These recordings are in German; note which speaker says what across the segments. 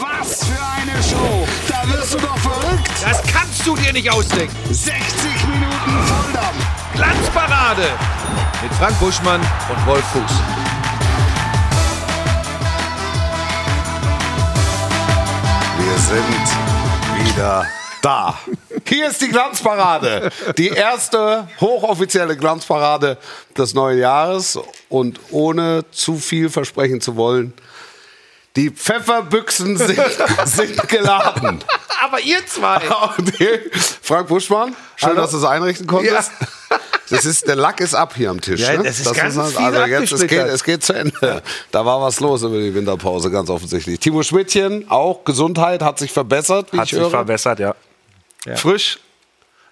Speaker 1: Was für eine Show! Da wirst du doch verrückt!
Speaker 2: Das kannst du dir nicht ausdenken.
Speaker 1: 60 Minuten Volldampf!
Speaker 2: Glanzparade mit Frank Buschmann und Wolf Fuß.
Speaker 1: Wir sind wieder da. Hier ist die Glanzparade. Die erste hochoffizielle Glanzparade des neuen Jahres. Und ohne zu viel versprechen zu wollen, die Pfefferbüchsen sind, sind geladen.
Speaker 2: Aber ihr zwei.
Speaker 1: Und hier, Frank Buschmann, schön,
Speaker 2: Hallo.
Speaker 1: dass du es einrichten konntest. Das ist, der Lack ist ab hier am Tisch.
Speaker 2: Ja,
Speaker 1: ne?
Speaker 2: das ist ganz
Speaker 1: man-
Speaker 2: viel
Speaker 1: also jetzt, es, geht,
Speaker 2: abgesplittert.
Speaker 1: es geht zu Ende. Da war was los über die Winterpause, ganz offensichtlich. Timo Schmidtchen, auch Gesundheit, hat sich verbessert, wie
Speaker 3: Hat
Speaker 1: ich
Speaker 3: sich
Speaker 1: höre.
Speaker 3: verbessert, ja.
Speaker 1: Frisch.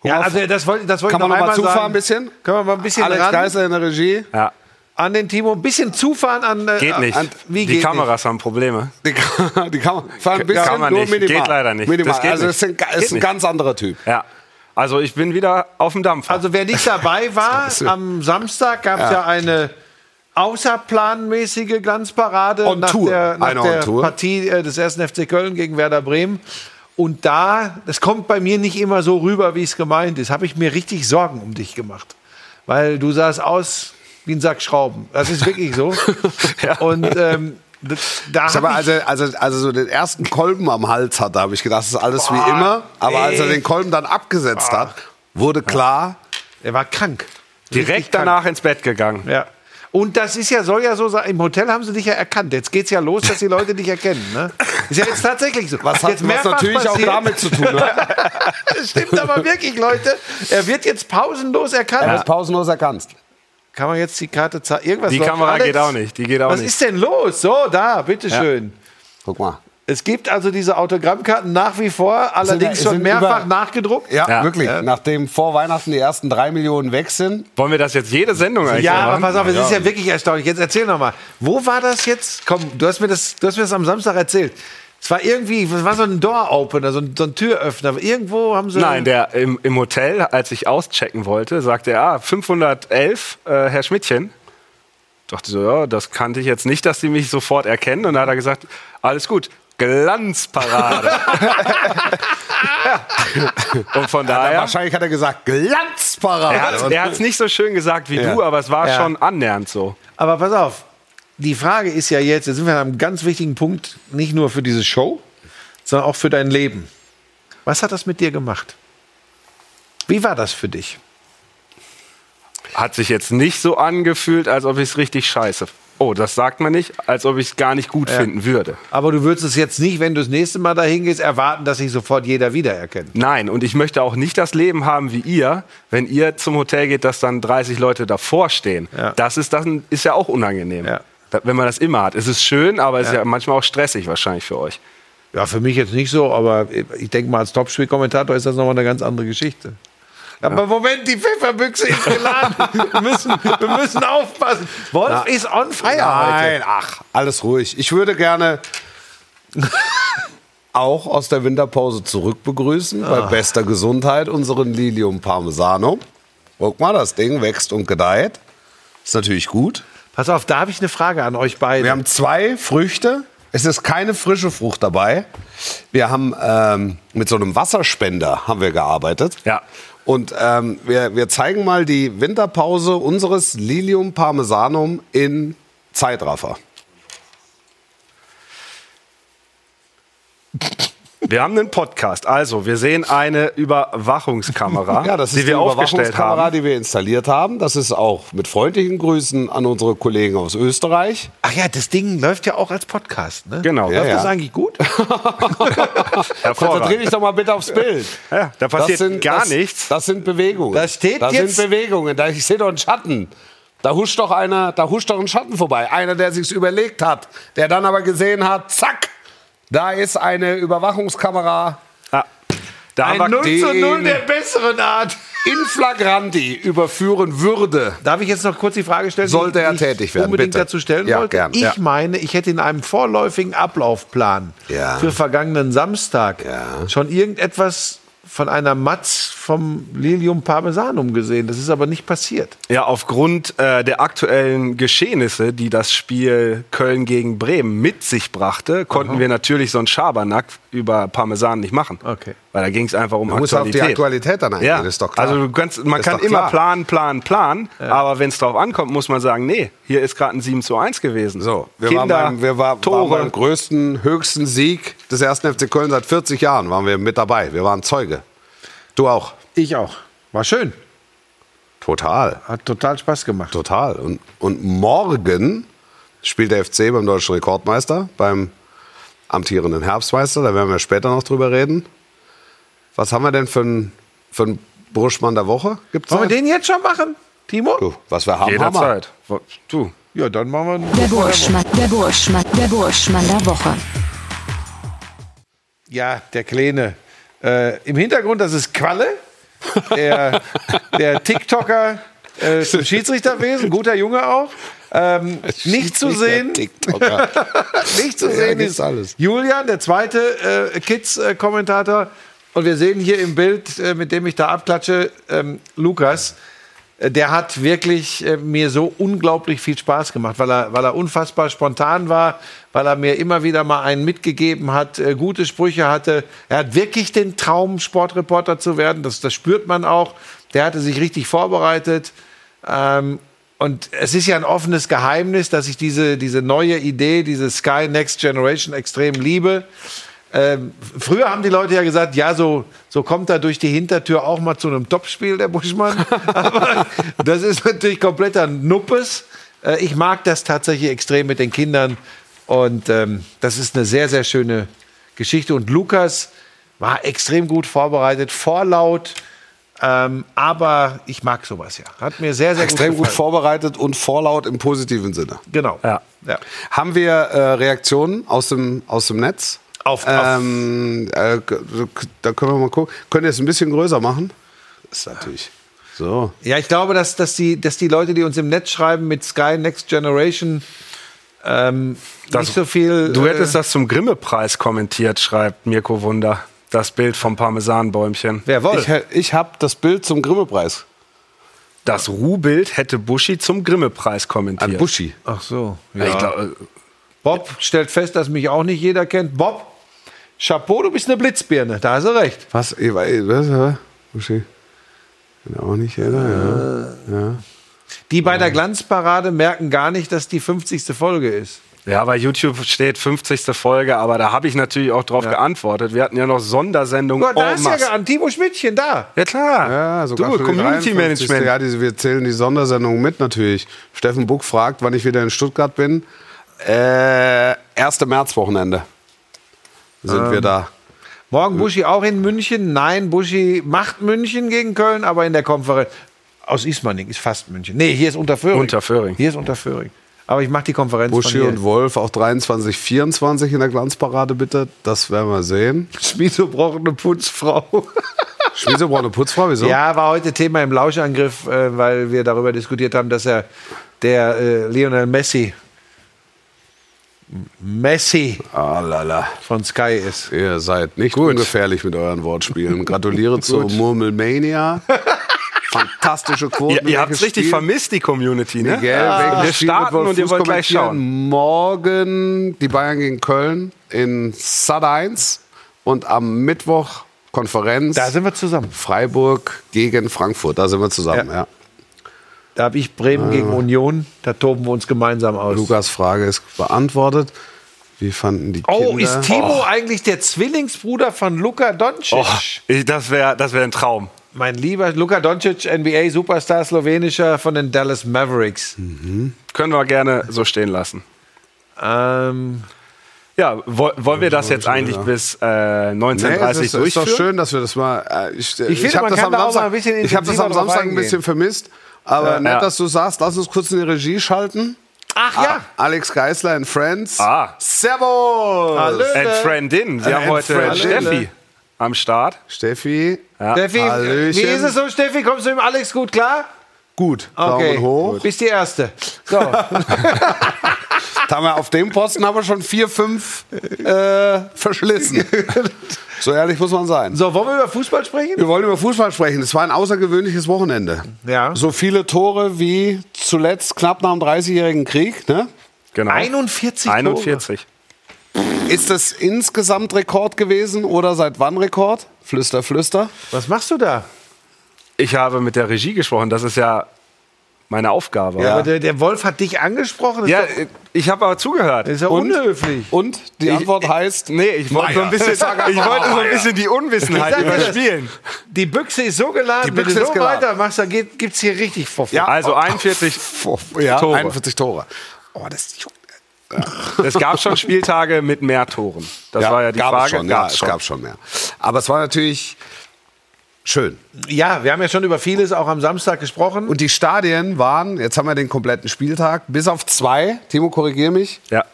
Speaker 2: Ja,
Speaker 1: Guck mal,
Speaker 2: also das wollte das wollte
Speaker 1: kann man
Speaker 2: ich noch
Speaker 1: noch mal
Speaker 2: einmal
Speaker 1: zufahren
Speaker 2: sagen.
Speaker 1: ein bisschen?
Speaker 2: Können wir mal ein bisschen
Speaker 1: Alex
Speaker 2: ran
Speaker 1: Geißler in der Regie.
Speaker 3: ja.
Speaker 2: an den Timo, ein bisschen zufahren an äh,
Speaker 3: Geht nicht.
Speaker 2: An, wie
Speaker 3: die
Speaker 2: geht
Speaker 3: Kameras haben Probleme.
Speaker 1: Die kann, die kann man, fahren ein bisschen,
Speaker 3: Kann man
Speaker 1: nur
Speaker 3: nicht.
Speaker 1: minimal.
Speaker 3: Geht leider nicht.
Speaker 1: Minimal.
Speaker 3: Das geht
Speaker 1: also es ist ein,
Speaker 3: nicht.
Speaker 1: ist
Speaker 3: Geht
Speaker 1: ein
Speaker 3: nicht.
Speaker 1: ganz anderer Typ.
Speaker 3: Ja. Also ich bin wieder auf dem Dampf.
Speaker 2: Also wer nicht dabei war, am Samstag gab es ja. eine außerplanmäßige Glanzparade
Speaker 1: On
Speaker 2: nach
Speaker 1: Tour.
Speaker 2: der, nach
Speaker 1: Eine on
Speaker 2: der
Speaker 1: Tour.
Speaker 2: Partie äh, des 1. FC Köln gegen Werder Bremen. Und da, das kommt bei mir nicht immer so rüber, wie es gemeint ist, habe ich mir richtig Sorgen um dich gemacht. Weil du sahst aus wie ein Sack Schrauben. Das ist wirklich so. Und ähm, das- da
Speaker 1: Ich habe
Speaker 2: hab ich-
Speaker 1: also, also, also so den ersten Kolben am Hals hatte, habe ich gedacht, das ist alles
Speaker 2: Boah,
Speaker 1: wie immer. Aber als er
Speaker 2: ey.
Speaker 1: den Kolben dann abgesetzt hat, wurde klar,
Speaker 2: er war krank.
Speaker 3: Direkt
Speaker 2: Richtig krank.
Speaker 3: danach ins Bett gegangen.
Speaker 2: Ja. Und das ist ja, soll ja so sein, im Hotel haben sie dich ja erkannt. Jetzt geht's ja los, dass die Leute dich erkennen. Ne? Ist ja jetzt tatsächlich so.
Speaker 1: was hat
Speaker 2: jetzt
Speaker 1: was
Speaker 2: mehrfach
Speaker 1: natürlich
Speaker 2: passiert.
Speaker 1: auch damit zu tun ne? hat,
Speaker 2: Stimmt aber wirklich, Leute. Er wird jetzt pausenlos erkannt.
Speaker 1: dass du pausenlos erkannst.
Speaker 2: Kann man jetzt die Karte zeigen? Irgendwas
Speaker 3: Die
Speaker 2: läuft.
Speaker 3: Kamera
Speaker 2: Alex,
Speaker 3: geht auch nicht. Die geht auch
Speaker 2: Was
Speaker 3: nicht.
Speaker 2: ist denn los? So, da, bitteschön.
Speaker 1: Guck mal.
Speaker 2: Es gibt also diese Autogrammkarten nach wie vor, allerdings
Speaker 1: es
Speaker 2: schon
Speaker 1: sind
Speaker 2: mehrfach
Speaker 1: über-
Speaker 2: nachgedruckt.
Speaker 1: Ja,
Speaker 3: Ja.
Speaker 1: wirklich. Nachdem vor Weihnachten die ersten drei Millionen weg sind,
Speaker 3: Wollen wir das jetzt jede Sendung eigentlich
Speaker 2: Ja, aber
Speaker 3: machen?
Speaker 2: pass auf, es ist ja wirklich erstaunlich. Jetzt erzähl noch mal. Wo war das jetzt? Komm, du hast mir das, du hast mir das am Samstag erzählt. Es war irgendwie, es war so ein Door-Opener, so ein, so ein Türöffner. Irgendwo haben sie...
Speaker 3: Nein, der im, im Hotel, als ich auschecken wollte, sagte er, ah, 511, äh, Herr Schmidtchen. Dachte so, ja, das kannte ich jetzt nicht, dass die mich sofort erkennen. Und dann hat er gesagt, alles gut, Glanzparade. Und von daher,
Speaker 1: wahrscheinlich hat er gesagt, Glanzparade.
Speaker 3: er hat es nicht so schön gesagt wie
Speaker 1: Ja.
Speaker 3: du, aber es war
Speaker 2: Ja.
Speaker 3: schon annähernd so.
Speaker 2: Aber pass auf, die Frage ist ja jetzt, jetzt sind wir an einem ganz wichtigen Punkt, nicht nur für diese Show, sondern auch für dein Leben. Was hat das mit dir gemacht? Wie war das für dich?
Speaker 3: Hat sich jetzt nicht so angefühlt, als ob ich es richtig scheiße. Oh, das sagt man nicht, als ob ich es gar nicht gut finden würde.
Speaker 2: Aber du würdest es jetzt nicht, wenn du das nächste Mal dahin gehst, erwarten, dass sich sofort jeder wiedererkennt.
Speaker 3: Nein, und ich möchte auch nicht das Leben haben wie ihr, wenn ihr zum Hotel geht, dass dann 30 Leute davor stehen.
Speaker 2: Ja.
Speaker 3: Das, ist, das ist ja auch unangenehm.
Speaker 2: Ja.
Speaker 3: Da- Wenn man das immer hat. Es ist schön, aber es ist ja manchmal auch stressig wahrscheinlich für euch.
Speaker 2: Ja, für mich jetzt nicht so, aber ich denke mal, als Topspiel-Kommentator ist das nochmal eine ganz andere Geschichte. Aber Moment, die Pfefferbüchse ist geladen. wir, müssen, wir müssen aufpassen. Wolf ist on fire Ah heute.
Speaker 1: Nein, ach, alles ruhig. Ich würde gerne auch aus der Winterpause zurück begrüßen, bei bester Gesundheit, unseren Lilium Parmesano. Guck mal, das Ding wächst und gedeiht. Ist natürlich gut.
Speaker 2: Pass auf, da habe ich eine Frage an euch beide.
Speaker 1: Wir haben zwei Früchte. Es ist keine frische Frucht dabei. Wir haben ähm, mit so einem Wasserspender haben wir gearbeitet.
Speaker 3: Ja.
Speaker 1: Und ähm, wir, wir zeigen mal die Winterpause unseres Lilium Parmesanum in Zeitraffer.
Speaker 3: Wir haben einen Podcast. Also, wir sehen eine Überwachungskamera,
Speaker 1: Ja, das
Speaker 3: Ah, die
Speaker 1: ist
Speaker 3: wir
Speaker 1: die
Speaker 3: aufgestellt
Speaker 1: Überwachungskamera,
Speaker 3: haben.
Speaker 1: die wir installiert haben. Das ist auch mit freundlichen Grüßen an unsere Kollegen aus Österreich.
Speaker 2: Ach ja, das Ding läuft ja auch als Podcast, ne?
Speaker 3: Genau.
Speaker 2: Läuft
Speaker 1: Ja,
Speaker 2: das
Speaker 1: ja.
Speaker 2: eigentlich gut?
Speaker 1: Konzentriere dich doch mal bitte aufs Bild.
Speaker 3: Ja, da passiert gar
Speaker 1: das,
Speaker 3: nichts.
Speaker 1: Das sind Bewegungen.
Speaker 2: Da steht
Speaker 1: das
Speaker 2: jetzt-
Speaker 1: sind Bewegungen. Da, ich sehe doch einen Schatten. Da huscht doch einer, da huscht doch ein Schatten vorbei. Einer, der sich's überlegt hat, der dann aber gesehen hat, zack, da ist eine Überwachungskamera
Speaker 3: Ah, da haben wir
Speaker 2: Ein 0 zu
Speaker 1: den-
Speaker 2: 0 der besseren Art.
Speaker 1: in flagranti überführen würde.
Speaker 2: Darf ich jetzt noch kurz die Frage stellen? die
Speaker 1: Sollte er
Speaker 2: ich
Speaker 1: tätig werden,
Speaker 2: Unbedingt
Speaker 1: bitte.
Speaker 2: dazu stellen
Speaker 1: Ja,
Speaker 2: wollte.
Speaker 1: gern,
Speaker 2: ich
Speaker 1: ja.
Speaker 2: meine, ich hätte in einem vorläufigen Ablaufplan
Speaker 1: Ja.
Speaker 2: für vergangenen Samstag
Speaker 1: Ja.
Speaker 2: schon irgendetwas von einer Matz vom Lilium Parmesanum gesehen. Das ist aber nicht passiert.
Speaker 3: Ja, aufgrund äh, der aktuellen Geschehnisse, die das Spiel Köln gegen Bremen mit sich brachte, konnten wir natürlich so einen Schabernack über Parmesan nicht machen.
Speaker 2: Okay.
Speaker 3: Weil da ging es einfach um
Speaker 1: Du musst auf die Aktualität dann eingehen,
Speaker 3: ja,
Speaker 1: ist doch klar.
Speaker 3: also du kannst, man
Speaker 1: Ist
Speaker 3: kann
Speaker 1: doch
Speaker 3: immer
Speaker 1: klar.
Speaker 3: planen, planen, planen, aber wenn es drauf ankommt, muss man sagen, nee, hier ist gerade ein 7 zu 1 gewesen.
Speaker 1: So, wir, waren,
Speaker 3: Kinder,
Speaker 1: beim, wir war,
Speaker 3: Tore.
Speaker 1: waren beim größten, höchsten Sieg des ersten FC Köln seit 40 Jahren waren wir mit dabei. Wir waren Zeuge. Du auch.
Speaker 2: Ich auch. War schön.
Speaker 1: Total.
Speaker 2: Hat total Spaß gemacht.
Speaker 1: Total. Und, und morgen spielt der FC beim deutschen Rekordmeister, beim amtierenden Herbstmeister. Da werden wir später noch drüber reden. Was haben wir denn für einen für einen Burschmann der Woche? Gibt's
Speaker 2: Wollen wir
Speaker 1: da?
Speaker 2: den jetzt schon machen, Timo?
Speaker 1: Du, was wir haben, haben wir.
Speaker 3: Jederzeit. Wo- Du.
Speaker 2: Ja, dann machen wir
Speaker 4: Der Burschmann, der Burschmann, der Burschmann der Woche.
Speaker 2: Ja, der Kleine. Äh, Im Hintergrund, das ist Qualle, der, der TikToker äh, zum Schiedsrichterwesen, guter Junge auch. Ähm, nicht zu sehen,
Speaker 1: TikToker.
Speaker 2: nicht zu
Speaker 1: Ja,
Speaker 2: sehen
Speaker 1: gibt's
Speaker 2: ist
Speaker 1: alles.
Speaker 2: Julian, der zweite äh, Kids-Kommentator. Und wir sehen hier im Bild, äh, mit dem ich da abklatsche, ähm, Lukas. Äh, Der hat wirklich äh, mir so unglaublich viel Spaß gemacht, weil er, weil er unfassbar spontan war, weil er mir immer wieder mal einen mitgegeben hat, äh, gute Sprüche hatte. Er hat wirklich den Traum, Sportreporter zu werden. Das, das spürt man auch. Der hatte sich richtig vorbereitet. Ähm, und es ist ja ein offenes Geheimnis, dass ich diese, diese neue Idee, diese Sky Next Generation extrem liebe. Ähm, früher haben die Leute ja gesagt, ja, so, so kommt er durch die Hintertür auch mal zu einem Topspiel, der Buschmann. Aber das ist natürlich kompletter Nuppes. Äh, ich mag das tatsächlich extrem mit den Kindern. Und ähm, das ist eine sehr, sehr schöne Geschichte. Und Lukas war extrem gut vorbereitet, vorlaut. Ähm, aber ich mag sowas ja. Hat mir sehr, sehr
Speaker 1: Extrem
Speaker 2: gut
Speaker 1: gut
Speaker 2: gefallen.
Speaker 1: vorbereitet und vorlaut im positiven Sinne.
Speaker 2: Genau.
Speaker 3: Ja.
Speaker 2: ja.
Speaker 1: Haben wir äh, Reaktionen aus dem, aus dem Netz?
Speaker 2: Auf- auf-
Speaker 1: ähm, äh, k- k- Da können wir mal gucken. Könnt ihr es ein bisschen größer machen? Ist natürlich. So.
Speaker 2: Ja, ich glaube, dass, dass, die, dass die Leute, die uns im Netz schreiben mit Sky Next Generation, ähm,
Speaker 3: Das-
Speaker 2: nicht so viel. äh,
Speaker 1: Äh,
Speaker 3: Du hättest das zum Grimme-Preis kommentiert, schreibt Mirko Wunder. Das Bild vom Parmesanbäumchen.
Speaker 2: Wer wollte?
Speaker 1: Ich, hä- ich habe das Bild zum Grimme-Preis.
Speaker 3: Das Ruhbild hätte Buschi zum Grimme-Preis kommentiert.
Speaker 1: An Buschi.
Speaker 2: Ach so. Ja.
Speaker 3: Ja. Ich glaub, äh,
Speaker 2: Bob stellt fest, dass mich auch nicht jeder kennt. Bob, Chapeau, du bist eine Blitzbirne. Da hast du recht.
Speaker 1: Was? Ich weiß- was, hä? Buschi. Bin auch nicht älter, ja.
Speaker 2: Die bei
Speaker 3: Mhm.
Speaker 2: der Glanzparade merken gar nicht, dass die 50. Folge ist.
Speaker 3: ja, bei YouTube steht 50. Folge, aber da habe ich natürlich auch drauf geantwortet. Wir hatten ja noch Sondersendungen.
Speaker 2: Guck mal, da
Speaker 3: en
Speaker 2: ist ja
Speaker 3: masse.
Speaker 2: gar Timo Schmidtchen da.
Speaker 3: ja klar.
Speaker 1: Ja, sogar
Speaker 3: Äh, du,
Speaker 1: für die
Speaker 3: Community
Speaker 1: 53.
Speaker 3: Management.
Speaker 1: Ja, diese, wir zählen die Sondersendung mit natürlich. Steffen Buck fragt, wann ich wieder in Stuttgart bin. Äh, 1. Märzwochenende sind
Speaker 3: Ähm.
Speaker 1: wir da.
Speaker 2: Morgen Buschi auch in München. Nein, Buschi macht München gegen Köln, aber in der Konferenz. Aus Ismaning ist fast München. Nee, hier ist Unterföhring.
Speaker 3: Unterföhring.
Speaker 2: Hier ist Unterföhring. Aber ich mache die Konferenz
Speaker 1: Buschi
Speaker 2: von hier.
Speaker 1: und Wolf auch 23, 24 in der Glanzparade, bitte. Das werden wir sehen.
Speaker 2: Schmieso braucht eine Putzfrau.
Speaker 1: Schmieso braucht eine Putzfrau, wieso?
Speaker 2: ja, war heute Thema im Lauschangriff, äh, weil wir darüber diskutiert haben, dass er der äh, Lionel Messi Messi
Speaker 1: Ah, lala.
Speaker 2: von Sky ist.
Speaker 1: Ihr seid nicht ungefährlich mit euren Wortspielen. Gratuliere zu Murmelmania. Fantastische
Speaker 3: Ihr,
Speaker 1: Quoten.
Speaker 3: ihr habt es
Speaker 1: Welches
Speaker 3: richtig
Speaker 1: Spiel?
Speaker 3: vermisst, die Community, ne?
Speaker 1: Miguel, welches
Speaker 3: Wir
Speaker 1: Spiel wird
Speaker 3: starten
Speaker 1: Wolf
Speaker 3: und ihr
Speaker 1: Fuß
Speaker 3: wollt gleich
Speaker 1: kommentieren?
Speaker 3: schauen.
Speaker 1: Morgen die Bayern gegen Köln in Sat 1 und am Mittwoch Konferenz
Speaker 2: Da sind wir zusammen.
Speaker 1: Freiburg gegen Frankfurt. Da sind wir zusammen,
Speaker 2: Ja.
Speaker 1: ja.
Speaker 2: Da habe ich Bremen
Speaker 1: Ah.
Speaker 2: gegen Union. Da toben wir uns gemeinsam aus.
Speaker 1: Lukas Frage ist beantwortet. Wie fanden die Kinder?
Speaker 2: Oh, ist Timo eigentlich der Zwillingsbruder von Luka Doncic?
Speaker 3: Oh, ich, das wäre das wär ein Traum.
Speaker 2: Mein lieber Luka Doncic, NBA-Superstar slowenischer von den Dallas Mavericks.
Speaker 1: Hm.
Speaker 3: Können wir gerne so stehen lassen.
Speaker 2: Ähm,
Speaker 3: Ja, wo, wollen wir das jetzt eigentlich bis äh,
Speaker 1: Nee,
Speaker 3: 19.30
Speaker 1: es
Speaker 3: Uhr
Speaker 1: ist, ist doch
Speaker 3: durchführen?
Speaker 1: schön, dass wir das mal. äh, Ich, äh,
Speaker 2: finde,
Speaker 1: hab
Speaker 2: man
Speaker 1: das
Speaker 2: kann
Speaker 1: am
Speaker 2: da auch mal
Speaker 1: Samstag,
Speaker 2: ein bisschen
Speaker 1: ich habe das
Speaker 2: intensiver
Speaker 1: am
Speaker 2: drauf
Speaker 1: Samstag ein
Speaker 2: eingehen.
Speaker 1: bisschen vermisst. Aber nett,
Speaker 3: ja.
Speaker 1: dass du sagst, lass uns kurz in die Regie schalten. Ah,
Speaker 2: ach ja,
Speaker 1: Alex Geisler in Friends.
Speaker 3: Ah.
Speaker 1: Servus!
Speaker 2: Hallo.
Speaker 3: And Friendin. Wir haben
Speaker 1: Äh, And
Speaker 3: heute
Speaker 1: Friendin.
Speaker 3: Steffi am Start.
Speaker 1: Steffi.
Speaker 2: Steffi,
Speaker 1: Ah, Hallöchen.
Speaker 2: wie ist es so, Steffi? Kommst du mit Alex gut klar?
Speaker 1: Gut.
Speaker 2: Okay,
Speaker 1: Daumen hoch.
Speaker 2: bist die Erste. So,
Speaker 1: Da haben wir auf dem Posten haben wir schon vier, fünf äh, verschlissen. So ehrlich muss man sein.
Speaker 2: So, wollen wir über Fußball sprechen?
Speaker 1: Wir wollen über Fußball sprechen. Es war ein außergewöhnliches Wochenende.
Speaker 2: Ja.
Speaker 1: So viele Tore wie zuletzt knapp nach dem Dreißigjährigen Krieg. Ne?
Speaker 3: Genau.
Speaker 2: 41 Tore.
Speaker 3: 41.
Speaker 1: Ist das insgesamt Rekord gewesen oder seit wann Rekord? Flüster, flüster.
Speaker 2: Was machst du da?
Speaker 3: Ich habe mit der Regie gesprochen. Das ist ja meine Aufgabe.
Speaker 1: Ja.
Speaker 2: Aber der, der Wolf hat dich angesprochen. Das
Speaker 3: Ja, äh,
Speaker 2: ist
Speaker 3: ich habe aber zugehört.
Speaker 2: doch, ist ja
Speaker 1: Und?
Speaker 2: unhöflich.
Speaker 1: Und die Antwort heißt,
Speaker 3: Nee, ich wollte so ein bisschen, ich wollte so ein bisschen die
Speaker 2: Ich
Speaker 3: Unwissenheit
Speaker 2: sag dir das.
Speaker 3: überspielen.
Speaker 2: Die Büchse ist so geladen.
Speaker 1: Die
Speaker 2: Wenn du
Speaker 1: Büchse
Speaker 2: so
Speaker 1: ist geladen.
Speaker 2: weitermachst, dann geht, gibt's hier richtig Vorfall.
Speaker 1: Ja.
Speaker 3: Also 41.
Speaker 1: ja,
Speaker 3: Tore.
Speaker 1: 41 Tore. Oh, das
Speaker 3: Es gab schon Spieltage mit mehr Toren. Das war ja die
Speaker 1: gab Es
Speaker 3: Frage.
Speaker 1: schon, ja,
Speaker 3: Gab's
Speaker 1: es gab schon mehr. Aber es war natürlich schön.
Speaker 2: Ja, wir haben ja schon über vieles auch am Samstag gesprochen.
Speaker 1: Und die Stadien waren, jetzt haben wir den kompletten Spieltag, bis auf zwei, Timo, korrigier mich,
Speaker 3: Ja.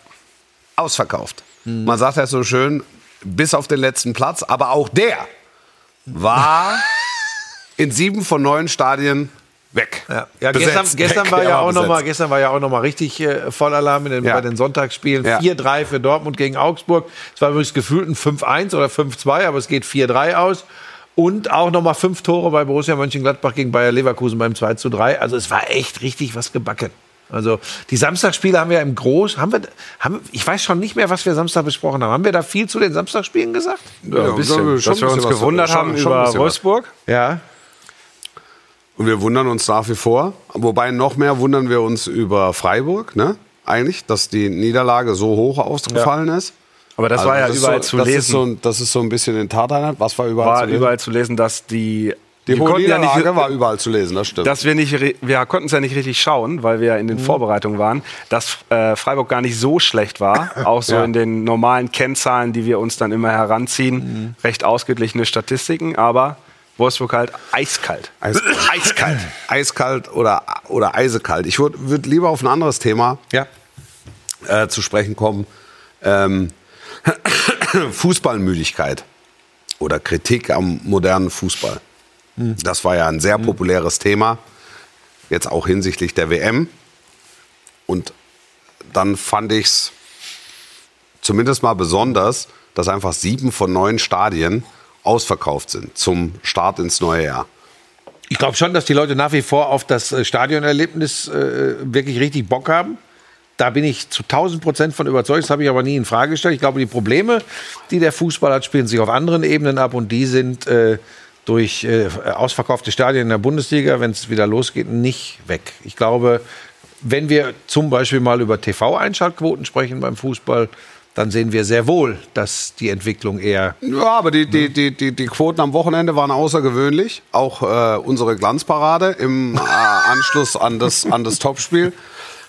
Speaker 1: ausverkauft.
Speaker 2: Hm.
Speaker 1: Man sagt ja so schön, bis auf den letzten Platz, aber auch der war in sieben von neun Stadien weg.
Speaker 2: Ja, ja
Speaker 1: Besetzt,
Speaker 2: gestern, gestern,
Speaker 1: weg,
Speaker 2: war ja
Speaker 1: aber
Speaker 2: auch noch mal,
Speaker 1: besetzt.
Speaker 2: gestern war ja auch nochmal richtig äh, Vollalarm in den,
Speaker 1: Ja.
Speaker 2: bei den Sonntagsspielen.
Speaker 1: Ja.
Speaker 2: 4-3 für Dortmund gegen Augsburg. Es war übrigens gefühlt ein 5-1 oder 5-2, aber es geht 4-3 aus. Und auch nochmal fünf Tore bei Borussia Mönchengladbach gegen Bayer Leverkusen beim 2-3. Also es war echt richtig was gebacken. Also die Samstagsspiele haben wir im Groß, haben wir, haben, ich weiß schon nicht mehr, was wir Samstag besprochen haben. Haben wir da viel zu den Samstagsspielen gesagt?
Speaker 3: Ja, ein
Speaker 1: schon ein
Speaker 3: bisschen, dass
Speaker 1: bisschen
Speaker 3: wir uns
Speaker 1: was-
Speaker 3: gewundert
Speaker 1: schon-
Speaker 3: haben
Speaker 1: schon ein
Speaker 3: über
Speaker 1: bisschen was.
Speaker 3: Wolfsburg.
Speaker 2: Ja.
Speaker 1: Und wir wundern uns nach wie vor. Wobei noch mehr wundern wir uns über Freiburg, ne? Eigentlich, dass die Niederlage so hoch ausgefallen ist.
Speaker 3: Aber das
Speaker 1: Also
Speaker 3: war ja
Speaker 1: ist
Speaker 3: überall
Speaker 1: so,
Speaker 3: zu
Speaker 1: das
Speaker 3: lesen.
Speaker 1: Ist so, ein- das ist so ein bisschen in Tateinheit. Was war überall
Speaker 3: war
Speaker 1: zu lesen?
Speaker 3: überall zu lesen, dass die.
Speaker 1: ne? die
Speaker 3: wir
Speaker 1: hohe
Speaker 3: konnten ja
Speaker 1: Niederlage
Speaker 3: nicht,
Speaker 1: war überall zu lesen, das stimmt.
Speaker 3: dass wir nicht, ri- wir konnten es ja nicht richtig schauen, weil wir
Speaker 1: Mhm.
Speaker 3: in den Vorbereitungen waren, dass äh, Freiburg gar nicht so schlecht war, auch so
Speaker 1: Ja.
Speaker 3: in den normalen Kennzahlen, die wir uns dann immer
Speaker 1: Mhm.
Speaker 3: heranziehen, recht ausgeglichene Statistiken, aber Wolfsburg halt eiskalt.
Speaker 1: Eis, eiskalt. Eiskalt oder, oder eisekalt. Ich würde würd lieber auf ein anderes Thema
Speaker 2: Ja.
Speaker 1: äh, zu sprechen kommen. Ähm, Fußballmüdigkeit oder Kritik am modernen Fußball. Das war ja ein sehr populäres Thema, jetzt auch hinsichtlich der WM. Und dann fand ich es zumindest mal besonders, dass einfach sieben von neun Stadien ausverkauft sind zum Start ins neue Jahr.
Speaker 2: Ich glaube schon, dass die Leute nach wie vor auf das äh, Stadionerlebnis äh, wirklich richtig Bock haben. Da bin ich zu 1000 Prozent von überzeugt. Das habe ich aber nie in Frage gestellt. Ich glaube, die Probleme, die der Fußball hat, spielen sich auf anderen Ebenen ab und die sind äh, durch äh, ausverkaufte Stadien in der Bundesliga, wenn es wieder losgeht, nicht weg. Ich glaube, wenn wir zum Beispiel mal über TV-Einschaltquoten sprechen beim Fußball, dann sehen wir sehr wohl, dass die Entwicklung eher
Speaker 1: Ja, aber die, die, die, die, die Quoten am Wochenende waren außergewöhnlich. Auch äh, unsere Glanzparade im äh, Anschluss an das, an das Topspiel